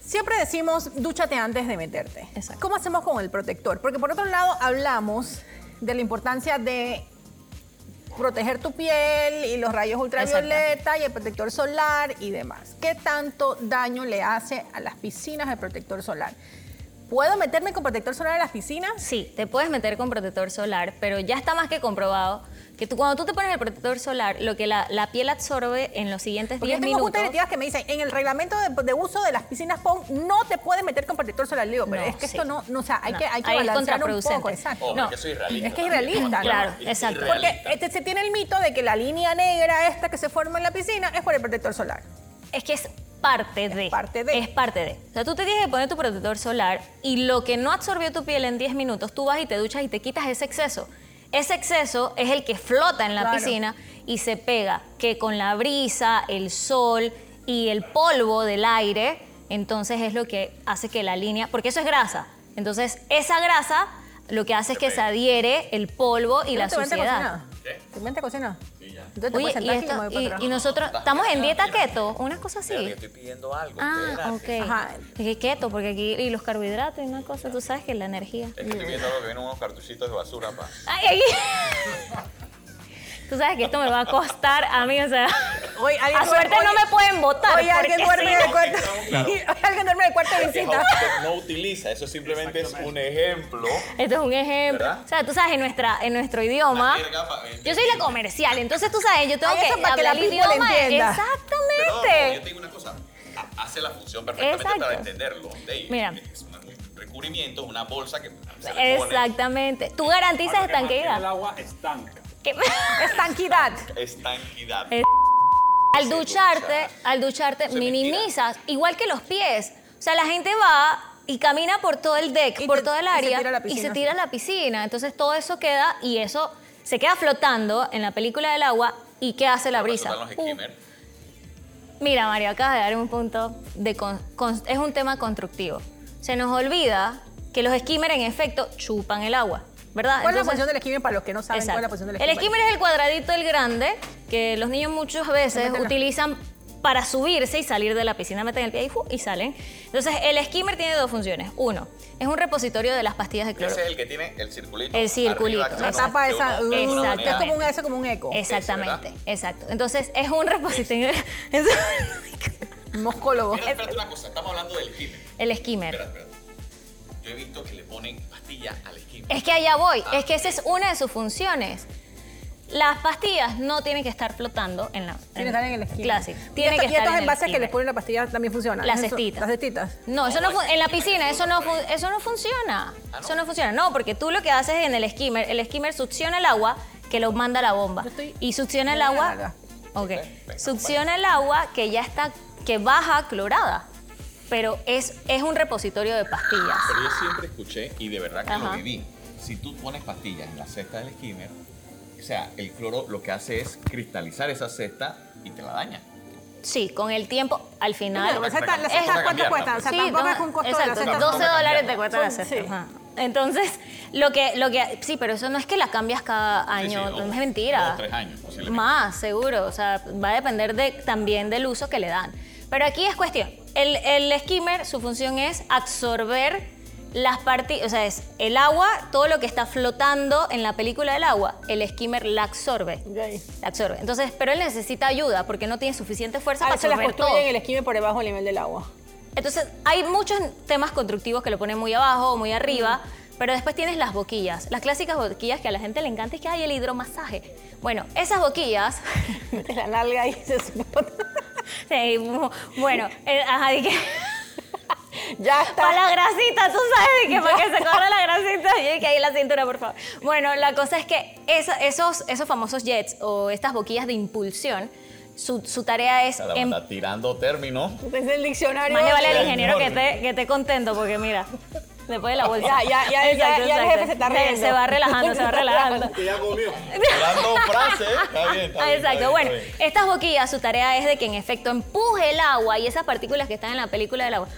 B: Siempre decimos, dúchate antes de meterte.
C: Exacto.
B: ¿Cómo hacemos con el protector? Porque por otro lado hablamos de la importancia de proteger tu piel y los rayos ultravioleta y el protector solar y demás. ¿Qué tanto daño le hace a las piscinas el protector solar? ¿Puedo meterme con protector solar a las piscinas?
C: Sí, te puedes meter con protector solar, pero ya está más que comprobado que tú, cuando tú te pones el protector solar, lo que la, la piel absorbe en los siguientes
B: Porque yo
C: 10
B: tengo
C: minutos.
B: juntas directivas que me dicen, en el reglamento de, de uso de las piscinas PON no te puedes meter con protector solar. Le digo, pero
C: No,
B: es que
C: sí.
B: esto no, no, o sea, hay
C: No,
B: que, hay que
C: ahí es
B: balancear un poco.
C: contraproducente.
B: Exacto.
A: Oh,
C: No.
A: porque soy irrealista.
B: Es que es
A: también.
B: irrealista,
C: Claro,
A: Es
C: exacto.
A: irrealista.
B: Porque este, se tiene el mito de que la línea negra esta que se forma en la piscina es por el protector solar.
C: Es que es parte de.
B: parte de.
C: Es parte de. O sea, tú te tienes que poner tu protector solar y lo que no absorbió tu piel en 10 minutos, tú vas y te duchas y te quitas ese exceso. Ese exceso es el que flota en la
B: Claro.
C: piscina y se pega, que con la brisa, el sol y el polvo del aire, entonces es lo que hace que la línea, porque eso es grasa. Entonces, esa grasa lo que hace es que se
A: pega.
C: adhiere el polvo y
B: ¿Tú
C: la
B: no te mente
C: suciedad.
B: cocinada?
A: ¿Qué?
B: ¿Te mente cocinada?
A: Sí, ya.
B: Entonces te
C: Oye,
B: puedes
C: y,
B: sentar aquí y
C: esto-
B: me voy
C: y-
B: para atrás.
C: y nosotros estamos en dieta keto, una cosa así.
A: Espérate, yo estoy pidiendo algo.
C: Ah,
A: espérate.
C: ok.
B: Ajá.
C: Es keto, porque aquí y los carbohidratos y una cosa, tú sabes que la energía.
A: Es que estoy viendo algo que vienen unos cartuchitos de basura, pa.
C: Ay, ay. Tú sabes que esto me va a costar a mí, o sea.
B: Hoy alguien
C: a suerte
B: duerme-
C: no me pueden votar.
B: Oye, alguien
C: porque
B: duerme en
C: sí.
B: el cuarto.
A: Claro.
B: Hoy alguien duerme en el cuarto de
A: Que
B: visita.
A: Housekeep no utiliza, eso simplemente es un ejemplo.
C: Esto es un ejemplo.
A: ¿Verdad?
C: O sea, tú sabes, en, nuestra, en nuestro idioma.
A: La jerga pa-
C: Yo soy la comercial, entonces tú sabes, yo tengo
B: Ay, eso
C: que
B: para que la
C: hablar el
B: people
C: idioma.
B: entienda.
A: Pero no,
C: Exactamente.
A: yo te digo una cosa. ha- Hace la función perfectamente
C: Exacto.
A: para entenderlo. De-
C: Mira.
A: Es una- un recubrimiento, una bolsa que se le pone.
C: Exactamente. Tú garantizas
D: Para que mantenga El
C: estanqueidad.
D: agua estanca.
C: Que-
B: Estanquidad.
C: Ah,
A: Estanquidad.
C: Eh, Al ducharte, al ducharte
A: Eso es
C: minimizas, igual que los pies. O sea, la gente va y camina por todo el deck,
B: Y
C: por
B: te-
C: todo el
B: y se
C: área
B: tira a la
C: y se
B: piscina,
C: tira a
B: sí.
C: la piscina. Entonces todo eso queda y eso se queda flotando en la película del agua y ¿qué hace la
A: Para
C: brisa?
A: soltar los skimmer.
C: Mira, Mario, acabas de dar un punto de... con- con- es un tema constructivo. Se nos olvida que los skimmer en efecto chupan el agua, ¿verdad?
B: ¿Cuál es la
C: Entonces-
B: posición del skimmer para los que no saben cuál es la
C: Exacto.
B: posición del
C: el skimmer es el cuadradito, el grande, que los niños muchas veces
B: Métela.
C: utilizan para subirse y salir de la piscina, meten el pie ahí, ¡fu! y salen. Entonces, el skimmer tiene dos funciones. Uno, es un repositorio de las pastillas de cloro.
A: Ese es el que tiene el circulito.
C: El circulito,
A: arriba, que
B: La
A: uno-
B: tapa
A: que
B: esa.
A: uno-
B: uh,
A: de alguna
C: Exacto.
B: es
A: manera-
B: como un, eso como un eco.
C: Exactamente,
A: Ese,
C: exacto. Entonces, es un repositorio... es-
B: Moscólogo.
A: Mira, espérate una cosa, estamos hablando del skimmer.
C: el skimmer.
A: Espera, espera. Yo he visto que le ponen pastillas al skimmer.
C: Es que allá voy,
A: Ah.
C: es que esa es una de sus funciones. Las pastillas no tienen que estar flotando en la...
B: Tiene que estar en el skimmer.
C: Classic.
B: Y
C: Tienen
B: esto-
C: que
B: Y
C: estar
B: estos
C: en el
B: envases que les
C: skimmer.
B: ponen la pastilla también funcionan.
C: Las
B: Eso-
C: cestitas.
B: Las cestitas.
C: No, eso no fun- en la piscina eso no fun- eso no
A: Ah,
C: funciona.
A: ¿no?
C: Eso no funciona. No, porque tú lo que haces en el skimmer, el skimmer succiona el agua que lo manda a la bomba
B: Yo estoy-
C: y succiona
B: me
C: el
B: duele la
C: agua.
B: nalga.
C: Ok.
A: venga,
C: Succiona el agua que ya está que baja clorada, pero es es un repositorio de pastillas.
A: Pero yo siempre escuché, y de verdad que
C: Ajá.
A: lo viví, si tú pones pastillas en la cesta del skimmer, o sea, el cloro lo que hace es cristalizar esa cesta y te la daña.
C: Sí, con el tiempo al final
B: Bueno, Las cestas las
A: Eso
B: cestas,
A: toca
B: ¿cuánto
A: cambiarla,
B: cuestan? O sea,
C: Sí,
B: tampoco
C: dos-
B: es un costo de la
C: exacto,
B: cesta.
C: 12 dólares te cuesta la
B: Son-
C: cesta.
B: sí.
C: ajá. Entonces, lo que, lo que. Sí, pero eso no es que la cambias cada
A: Sí, sí,
C: año.
A: dos-
C: es mentira.
A: dos, tres años, posiblemente.
C: Más, seguro. O sea, va a depender de, también del uso que le dan. Pero aquí es cuestión. El, el skimmer, su función es absorber las partes. O sea, es el agua, todo lo que está flotando en la película del agua, el skimmer la absorbe.
B: Ok.
C: La absorbe. Entonces, pero él necesita ayuda porque no tiene suficiente fuerza
B: A
C: para
B: veces Ah, las
C: absorber todo.
B: construyen en el skimmer por debajo del nivel del agua.
C: Entonces, hay muchos temas constructivos que lo ponen muy abajo o muy arriba, pero después tienes las boquillas, las clásicas boquillas que a la gente le encanta y que hay el hidromasaje. Bueno, esas boquillas,
B: Metes la nalga y se
C: sí, bu- bueno, eh, ajá, de que
B: Ya está.
C: para la grasita, tú sabes, de que para que se corra la grasita, y que ahí la cintura, por favor. Bueno, la cosa es que esa- esos, esos famosos jets o estas boquillas de impulsión, su, su tarea es...
A: Está
C: em-
A: tirando términos.
B: Es el diccionario.
C: Más le vale al
A: Ay,
C: ingeniero que
A: Jorge.
C: esté, que esté contento, porque mira, después de la bolsa.
B: Ya, ya, ya, ya
C: Exacto,
B: el
C: exacto.
B: jefe se está riendo.
C: Se va relajando, se va relajando.
D: Que ya comió.
A: Dando frases. Está bien, está
C: Ah,
A: bien, está
C: Exacto,
A: bien,
C: bueno,
A: está bien.
C: estas boquillas, su tarea es de que en efecto empuje el agua y esas partículas que están en la película del agua,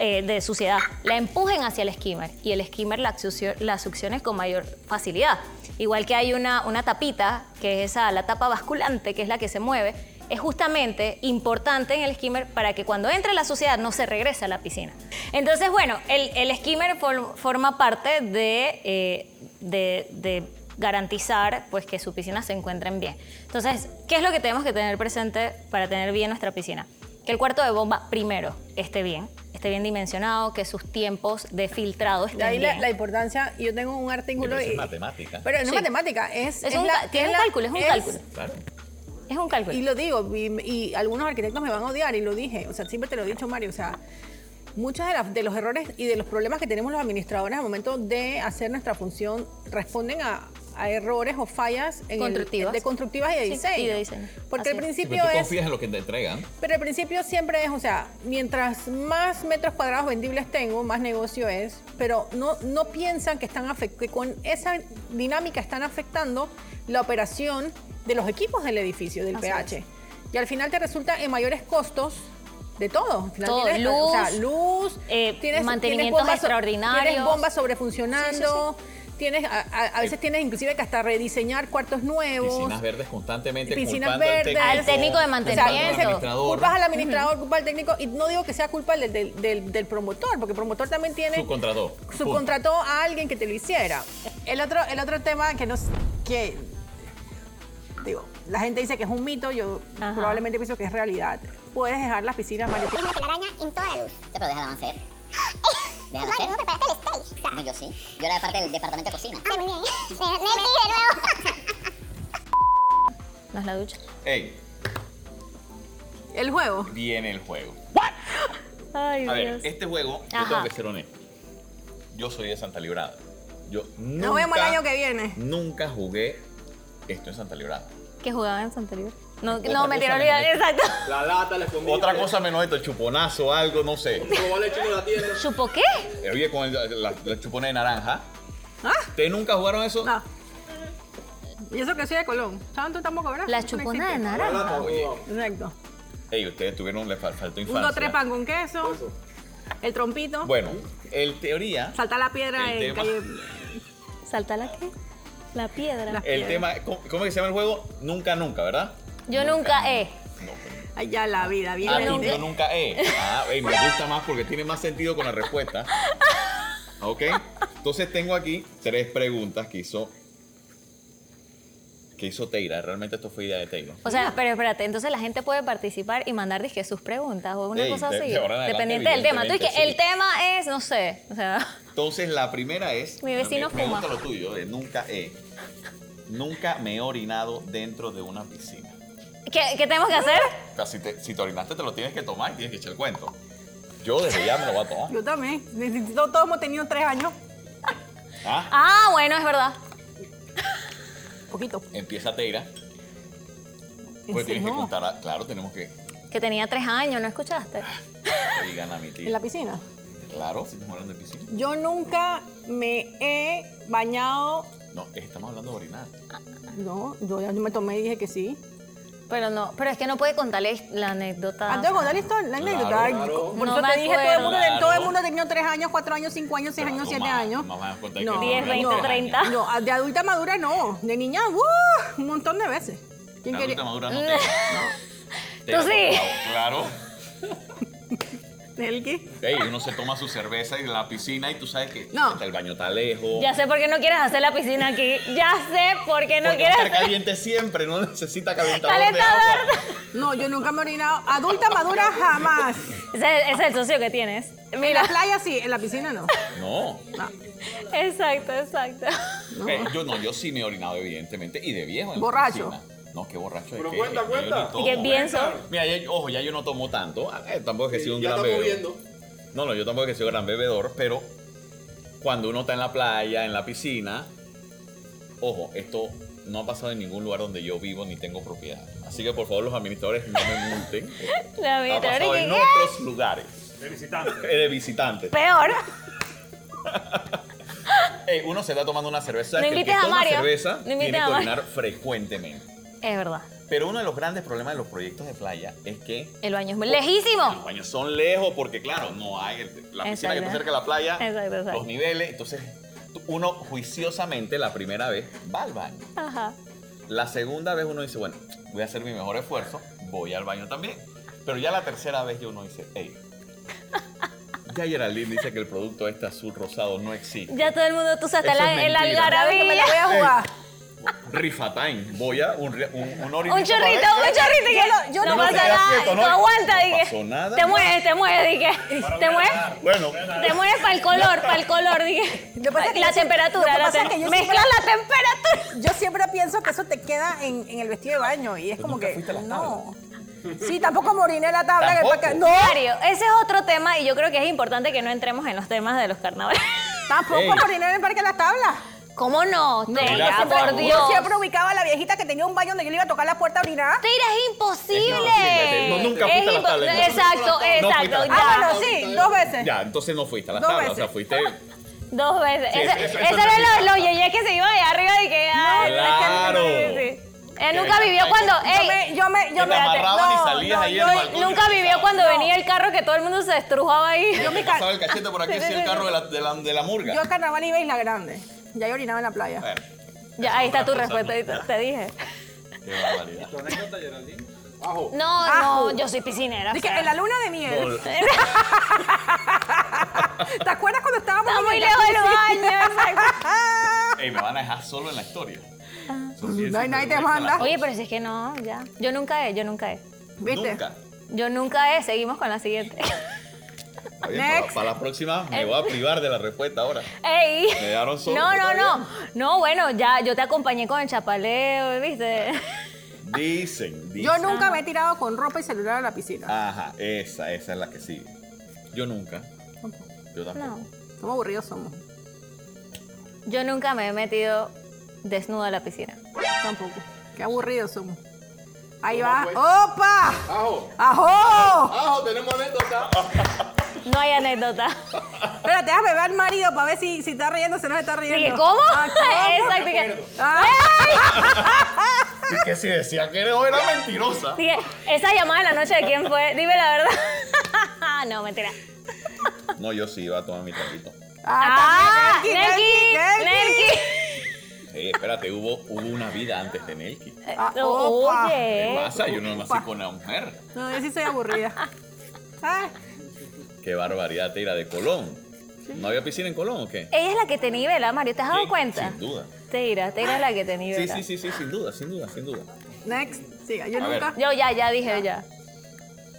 C: eh, de suciedad, la empujen hacia el skimmer y el skimmer la, succio- la succione con mayor facilidad. Igual que hay una, una tapita, que es esa, la tapa basculante, que es la que se mueve, es justamente importante en el skimmer para que cuando entre la suciedad no se regrese a la piscina. Entonces, bueno, el, el skimmer for- forma parte de, eh, de- de garantizar pues que su piscina se encuentren bien. Entonces, ¿qué es lo que tenemos que tener presente para tener bien nuestra piscina? Que el cuarto de bomba primero esté bien, esté bien dimensionado, que sus tiempos de filtrado
B: De
C: estén
B: ahí la,
C: bien.
B: la importancia, yo tengo un artículo...
A: Pero eso es
B: y-
A: matemática.
B: Pero no es
C: Sí.
B: matemática, es...
C: Es un
B: la-
C: ca- tiene un
B: la-
C: cálculo, es un cálculo.
A: Claro.
C: Es un
B: Y
C: cálculo.
B: lo digo, y, y algunos arquitectos me van a odiar, y lo dije, o sea, siempre te lo he dicho, Mario, o sea, muchos de, las- de los errores y de los problemas que tenemos los administradores al momento de hacer nuestra función responden a, a errores o fallas en el-
C: Constructivas.
B: de constructivas y de
C: Sí,
B: diseño.
C: y de diseño.
B: Porque
C: Así
B: el
C: es.
B: principio
A: Pero tú
B: es...
A: confías en lo que te entregan.
B: Pero el principio siempre es, o sea, mientras más metros cuadrados vendibles tengo, más negocio es. Pero no, no piensan que, están afect- que con esa dinámica están afectando la operación de los equipos del edificio, del
C: Así
B: PH.
C: es.
B: Y al final te resulta en mayores costos de todo. Al final
C: Todo,
B: tienes, o sea,
C: luz,
B: luz,
C: eh, mantenimientos
B: so-
C: extraordinarios.
B: Tienes bombas sobrefuncionando. Tienes, a, a- a veces tienes inclusive que hasta rediseñar cuartos nuevos.
A: Piscinas verdes constantemente.
B: Piscinas
A: culpando
B: verdes.
C: Al técnico de
A: culpando
B: O sea,
A: al
C: mantenimiento.
A: administrador.
B: culpas al administrador, culpas al técnico, y no digo que sea culpa del, del, del- del promotor, porque el promotor también tiene...
A: Subcontrató.
B: Subcontrató a alguien que te lo hiciera. El otro, el otro tema que nos... que digo, la gente dice que es un mito, yo
C: Ajá.
B: probablemente pienso que es realidad. Puedes dejar las piscinas, Mario.
E: una telaraña en toda la luz.
F: Ya, pero déjala avanzar.
E: Mario,
F: Déjala avanzar.
E: no preparaste el stage.
F: No, yo sí. Yo era parte del departamento de cocina.
E: Ah, muy bien. Nelly, de nuevo.
C: No es la ducha.
A: Ey,
B: El juego.
A: viene el juego.
C: Ay,
A: A ver,
C: Dios.
A: este juego, yo
C: Ajá.
A: tengo que ser honesto. Yo soy de Santa Librada. Yo nunca,
B: Nos vemos el año que viene.
A: Nunca jugué esto en Santa Librada.
C: ¿Qué jugaba en Santa Libre? No,
A: Otra
C: no me
A: cosa,
C: tiró olvidar,
A: ¿no?
C: exacto.
D: La lata, le escondí.
A: Otra cosa menos esto, chuponazo, algo, no sé. Eh,
D: Como vale chico la tiene.
C: ¿Supo qué?
A: Oye, con el, la, la chupona de naranja. ¿Ustedes nunca jugaron eso?
B: ¿Ah? No. Y eso que soy de Colón. ¿Saben tú tampoco, verdad?
C: La
B: Eso no
C: chupona de
B: existe.
D: La
C: naranja.
D: lata,
A: Oye.
D: jugamos.
B: Exacto.
A: Ey, ustedes tuvieron, le fal- faltó infancia.
B: Un, dos, tres, pan con queso.
D: Eso.
B: El trompito.
A: Bueno, el teoría,
B: Saltar la piedra
A: El
B: en
A: tema.
B: calle...
C: ¿Salta la qué? La piedra.
B: La-
A: el tema, ¿cómo, cómo es que se llama el juego? Nunca, nunca, ¿verdad?
C: Yo nunca he.
A: No, pero-
B: Ay, ya la vida, bien.
A: Ah,
C: Yo
A: no,
C: nunca-
A: yo nunca he. Ah, ey, me gusta más porque tiene más sentido con la respuesta. ¿Ok? Entonces tengo aquí tres preguntas que hizo que hizo Teira. Realmente esto fue idea de Teira.
C: O sea, pero espérate, entonces la gente puede participar y mandar dizque sus preguntas o una
A: Sí,
C: cosa
A: de-
C: así.
A: de ahora en adelante,
C: dependiente del tema. Tú es que
A: evidentemente,
C: el
A: sí.
C: tema es, no sé, o sea,
A: Entonces la primera es.
C: Mi vecino
A: me- me
C: fuma.
A: gusta lo tuyo, de nunca he. Nunca me he orinado dentro de una piscina.
C: ¿qué, qué tenemos que hacer?
A: O sea, si te, si te orinaste, te lo tienes que tomar y tienes que echar el cuento. Yo desde ya me lo voy a tomar.
B: Yo también. Necesito- Todos hemos tenido tres años.
A: ¿Ah?
C: Ah, bueno, es verdad.
B: Poquito.
A: Empieza Teira. Pues
B: Ese
A: tienes que
B: no.
A: contar. a- claro, tenemos que.
C: Que tenía tres años, ¿no escuchaste?
A: Digan a mi
B: En
A: tía.
B: la piscina.
A: Claro, si estamos hablando de piscina.
B: Yo nunca me he bañado.
A: No, estamos hablando de orinar.
B: No, yo ya me tomé y dije que sí.
C: Pero no, pero es que no puede contarle la anécdota.
B: Ah, tengo que contar la historia, la anécdota.
A: Claro,
B: Ay,
D: claro.
B: Por
C: No
B: eso
C: me
B: te dije, todo el, mundo,
A: acuerdo.
B: todo el mundo ha tenido tres años, cuatro años, cinco años, seis
A: Pero
B: años,
A: no
B: siete
A: más,
B: años.
A: no más, cuenta que no,
C: 10,
A: no,
C: 20,
A: no.
C: 30.
B: No, de adulta madura no. De niña, ¡uh! un montón de veces. ¿Quién
A: La
B: quería?
A: adulta madura
C: Ah,
A: no te.
C: Tú sí.
A: Claro.
B: ¿El qué?
A: Ey, uno se toma su cerveza en la piscina y tú sabes que
B: No.
A: puta, el baño está lejos.
C: Ya sé por qué no quieres hacer la piscina aquí. Ya sé por qué
A: Porque
C: no
A: va a
C: quieres
A: estar
C: hacer.
A: caliente siempre, no necesita calentador. de
C: Calentador.
A: agua.
B: No, yo nunca me he orinado. Adulta madura jamás.
C: Ese, ese es el socio que tienes.
B: En la
C: Mira.
B: playa sí, en la piscina no.
A: No.
B: No.
C: Exacto, exacto.
A: Eh, yo no, yo sí me he orinado, evidentemente. Y de viejo. en la
B: Borracho.
A: piscina. No, qué borracho.
D: Pero
A: es que- es
D: cuenta,
A: que yo
D: cuenta.
A: ni tomo,
C: Y que bien
A: ¿verdad?
C: sobrio.
A: Mira, ya- ojo, ya yo no tomo tanto. Ah, eh, tampoco es que he sido un
D: Ya
A: gran
D: estamos
A: bebedor.
D: viendo.
A: No, no, yo tampoco es que soy un gran bebedor, pero cuando uno está en la playa, en la piscina, ojo, esto no ha pasado en ningún lugar donde yo vivo ni tengo propiedad. Así que por favor los administradores no me multen.
C: La
A: ha
C: mitad.
A: pasado en
C: ¿qué?
A: otros lugares
D: Felicitante.
A: eh, de visitantes.
C: Peor.
A: Ey, Eh, uno se está tomando una cerveza.
C: No
A: que el que
C: invites a
A: toma
C: Mario.
A: cerveza
C: No
A: tiene
C: invites
A: que
C: a Mario.
A: orinar frecuentemente.
C: Es verdad.
A: Pero uno de los grandes problemas de los proyectos de playa es que
C: El baño es muy lejísimo.
A: los baños son lejos porque, claro, no hay el- la piscina que
C: Exacto.
A: está cerca de la playa,
C: Exacto, exacto.
A: los niveles. Entonces, tú- uno juiciosamente la primera vez va al baño.
C: Ajá.
A: La segunda vez uno dice, bueno, voy a hacer mi mejor esfuerzo, voy al baño también. Pero ya la tercera vez ya uno dice, hey. Ya Geraldine dice que el producto este azul rosado no existe.
C: Ya todo el mundo, tú sabes,
A: Eso
C: hasta
A: es
C: la, el
A: mentira.
B: Claro que me la
C: algarabía.
B: voy a jugar.
A: Rifa time. Voy a un, ri- un, un orinito
C: Un
A: para
C: chorrito,
A: ver.
C: un chorrito. y que
B: no- yo
C: no,
A: no
C: pasa
A: me quedo
C: nada.
A: quieto,
C: no,
A: no,
C: aguanta.
A: no
C: dije,
A: pasó nada.
C: Te mueves, te mueves. Dije, te mueves.
A: Bueno,
C: Te mueves para el color, para el color. Dije,
B: Lo que pasa es que
C: la
B: yo sí- lo
C: temperatura.
B: que
C: la
B: pasa es
C: tem-
B: que yo
C: mezcla
B: siempre-
C: la temperatura.
B: Yo siempre pienso que eso te queda en, en el vestido de baño y es
A: Pero
B: como
A: nunca
B: que
A: fuiste a las
B: no. Sí, tampoco me oriné en la tabla. que fue que-
A: Tampoco.
B: no,
C: Mario, ese es otro tema y yo creo que es importante que no entremos en los temas de los carnavales.
B: tampoco
A: Ey.
B: me oriné en el parque de las tablas.
C: ¿Cómo no?
A: Mira,
C: Teira,
A: por
C: por
A: favor.
C: Dios.
B: Yo siempre ubicaba a la viejita que tenía un baño donde yo le iba a tocar la puerta a orinar.
C: Teira es
A: Es
C: imposible.
A: no, nunca fuiste a la
C: impo-
A: tabla, entonces.
C: Exacto,
A: No fuiste a
C: exacto.
A: la
B: Ah,
C: ya.
B: bueno, sí, dos veces.
A: ya, entonces no fuiste a la
B: Dos
A: tabla, o sea,
B: veces.
A: fuiste...
C: Dos veces.
A: Sí,
C: Ese-
A: eso- eso
C: ese
A: no
C: era
A: existe.
C: los, los yeyes que se iban allá arriba y que. ah, ay,
A: Claro.
C: la gente- sí. Él
A: Que
C: nunca vivió
A: ahí-
C: cuando.
B: Yo
C: ey,
B: me, yo me,
A: Que
B: yo
A: te
B: me.
A: amarraban y salías ahí
B: yo-
A: al balcón.
C: nunca vivió cuando
B: No.
C: venía el carro que todo el mundo se estrujaba ahí.
A: Yo me pasaba el cachete por aquí,
C: Sí, sí,
A: así el
C: sí.
A: carro de la, de la, de la murga.
B: Yo a carnaval iba a Isla Grande. Ya yo orinaba en la playa.
A: Bueno,
C: Ya, ahí está tu
A: Esas son
C: respuesta,
A: otras
C: ahí te,
A: cosas,
C: te dije.
A: ¿no? Qué barbaridad.
D: ¿Tu anécdota, Geraldine? Ajo.
C: No,
B: Ajo.
C: no, yo soy piscinera.
B: Dije,
C: o sea.
B: en la luna de miel. ¿Te acuerdas cuando estábamos
C: Está
B: en
C: muy
B: el
C: lejos del
B: jacuzzi?
C: baño, exacto.
A: Ey, me van a dejar solo en la historia.
B: Ah. No hay nadie te manda.
C: Oye, pero si es que no, ya. Yo nunca he, yo nunca he.
B: ¿Viste?
A: Nunca.
C: Yo nunca he. Seguimos con la siguiente.
A: Está bien, pero
B: Next.
A: Para la próxima me voy a privar de la respuesta ahora.
C: Ey.
A: Me dejaron solo,
C: No, no,
A: está
C: no. No, bueno, ya yo te acompañé con el chapaleo, ¿viste?
A: Dicen, dicen.
B: Yo nunca me he tirado con ropa y celular a la piscina.
A: Ajá, esa, esa es la que sigue. Yo nunca. Yo tampoco.
C: No.
B: Somos aburridos somos.
C: Yo nunca me he metido desnuda a la piscina.
B: Tampoco. Qué aburridos somos. Ahí va. ¡Opa!
D: Ajo.
B: ¡Ajo!
D: Ajo, tenemos anécdota.
C: No hay anécdota.
B: Espérate, déjame ver al marido para ver si, si está riendo o se nos está
C: Dije,
B: riendo.
C: ¿cómo?
B: Ah, ¿cómo?
C: Exacto. dije,
B: Ah,
A: Y que si decía que no era mentirosa.
C: Dije, esa llamada de la noche de quién fue, dime la verdad. no, mentira.
A: No, yo sí iba a tomar mi traguito.
B: ah, también, Nelky, Nelky, Nelky.
A: Ey, Eh, espérate, hubo, hubo una vida antes de Melky. ¿Qué
B: Ah,
C: No,
B: opa.
C: Oye.
A: pasa? Yo no nací con una mujer.
B: No, yo sí soy aburrida. Ah,
A: Qué barbaridad, tira de Colón. ¿No había piscina en Colón o qué?
C: Ella es la que te nivela, Mario, ¿te has dado
A: Sí,
C: cuenta?
A: Sin duda.
C: Teira, Teira es la que te nivela.
A: Sí, sí, sí, sí, sin duda, sin duda, sin duda.
B: next. Siga, yo
A: A
B: nunca.
C: Yo ya, ya dije ya.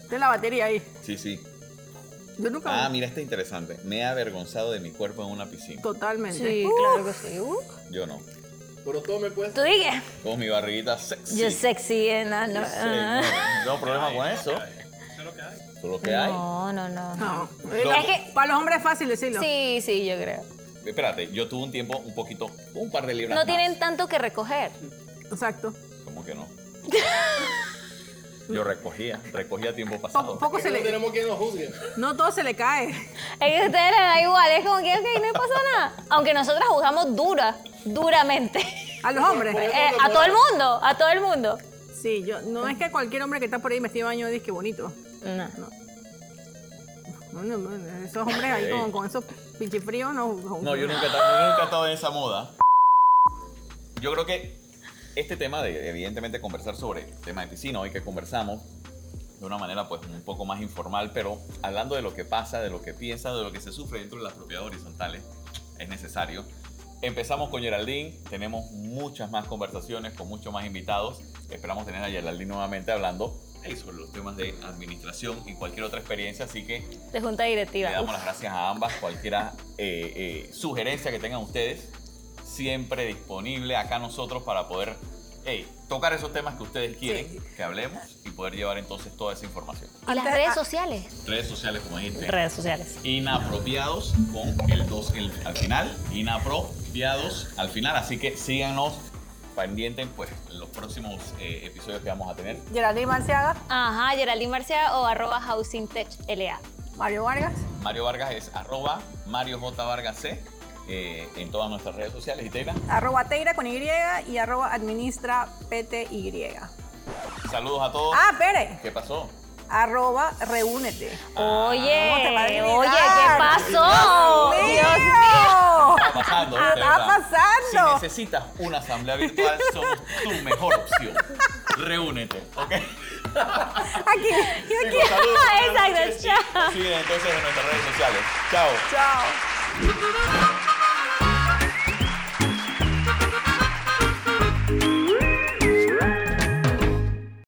B: De la batería ahí.
A: Sí, sí.
B: Yo nunca.
A: Ah, mira, está interesante. Me he avergonzado de mi cuerpo en una piscina.
B: Totalmente.
C: Sí,
B: Uh,
C: claro que sí. Uh.
A: Yo no.
D: Pero tome, pues.
C: Tú dije,
A: Con mi barriguita sexy.
C: yo sexy en la no. ah.
A: Sí, no, no tengo problema con eso. Eso es lo que hay.
C: No, no, no. no.
B: No.
A: Es
C: que-
B: para los hombres es fácil decirlo.
C: Sí, sí, yo creo.
A: Espérate, yo tuve un tiempo un poquito, un par de libras. más.
C: No tienen tanto que recoger.
B: Exacto.
A: ¿Cómo que no? Yo recogía, recogía tiempo
B: Poco,
A: pasado.
B: poco
D: Que
B: se
D: no
B: le.
D: tenemos quien nos juzgue.
B: No todo se le cae.
C: Es que a ustedes les da igual, es como que, ok, no pasa nada. Aunque nosotras jugamos dura, duramente.
B: A los hombres.
C: Eh, a todo el mundo, a todo el mundo.
B: Sí, yo. No es que cualquier hombre que está por ahí vestido de baño dice que bonito.
C: No.
B: No, no, no, Esos hombres ahí
A: Ey.
B: con, con esos pinchifríos no.
A: No, yo nunca, he estado- yo nunca he estado en esa moda. Yo creo que este tema de, evidentemente, conversar sobre el tema de piscina, hoy que conversamos de una manera pues un poco más informal, pero hablando de lo que pasa, de lo que piensa, de lo que se sufre dentro de las propiedades horizontales, es necesario. Empezamos con Geraldine, tenemos muchas más conversaciones con muchos más invitados. Esperamos tener a Geraldine nuevamente hablando eh, sobre los temas de administración y cualquier otra experiencia, así que
C: De junta directiva.
A: le damos las gracias a ambas. Cualquiera eh, eh, sugerencia que tengan ustedes, siempre disponible acá nosotros para poder hey, tocar esos temas que ustedes quieren que hablemos y poder llevar entonces toda esa información.
C: ¿Y las
B: Antes-
C: redes
B: ah.
C: sociales?
A: Redes sociales, como dijiste.
C: Redes sociales.
A: inapropiados con el 2 el- al final. Inapropiados al final. Así que síganos pendientes pues los próximos eh, episodios que vamos a tener.
B: Geraldine Marciaga.
C: Ajá, Geraldine Marcia o arroba housingtechla.
B: Mario Vargas.
A: Mario Vargas es arroba Mario J. Vargas C eh, en todas nuestras redes sociales. Y Teira,
B: Arroba Teira con Y y arroba administra PTY.
A: saludos a
D: Oh.
A: todos.
B: Ah, Pérez.
A: ¿Qué pasó?
B: Arroba reúnete. Ah, ¿Cómo te va a
C: Oye,
B: adivinar?
C: oye, ¿qué
D: Oh,
C: pasó?
B: ¡Mío!
C: Dios
A: Está pasando.
B: Ah, Está
A: de verdad.
B: pasando.
A: Si necesitas una asamblea virtual, somos tu mejor opción. Reúnete, ¿ok?
B: Aquí, aquí.
A: Chicos, saludos.
C: Exacto,
A: Buenas noches.
C: chao.
A: Siguen entonces en nuestras redes sociales. Chao.
B: Chao.
C: mío.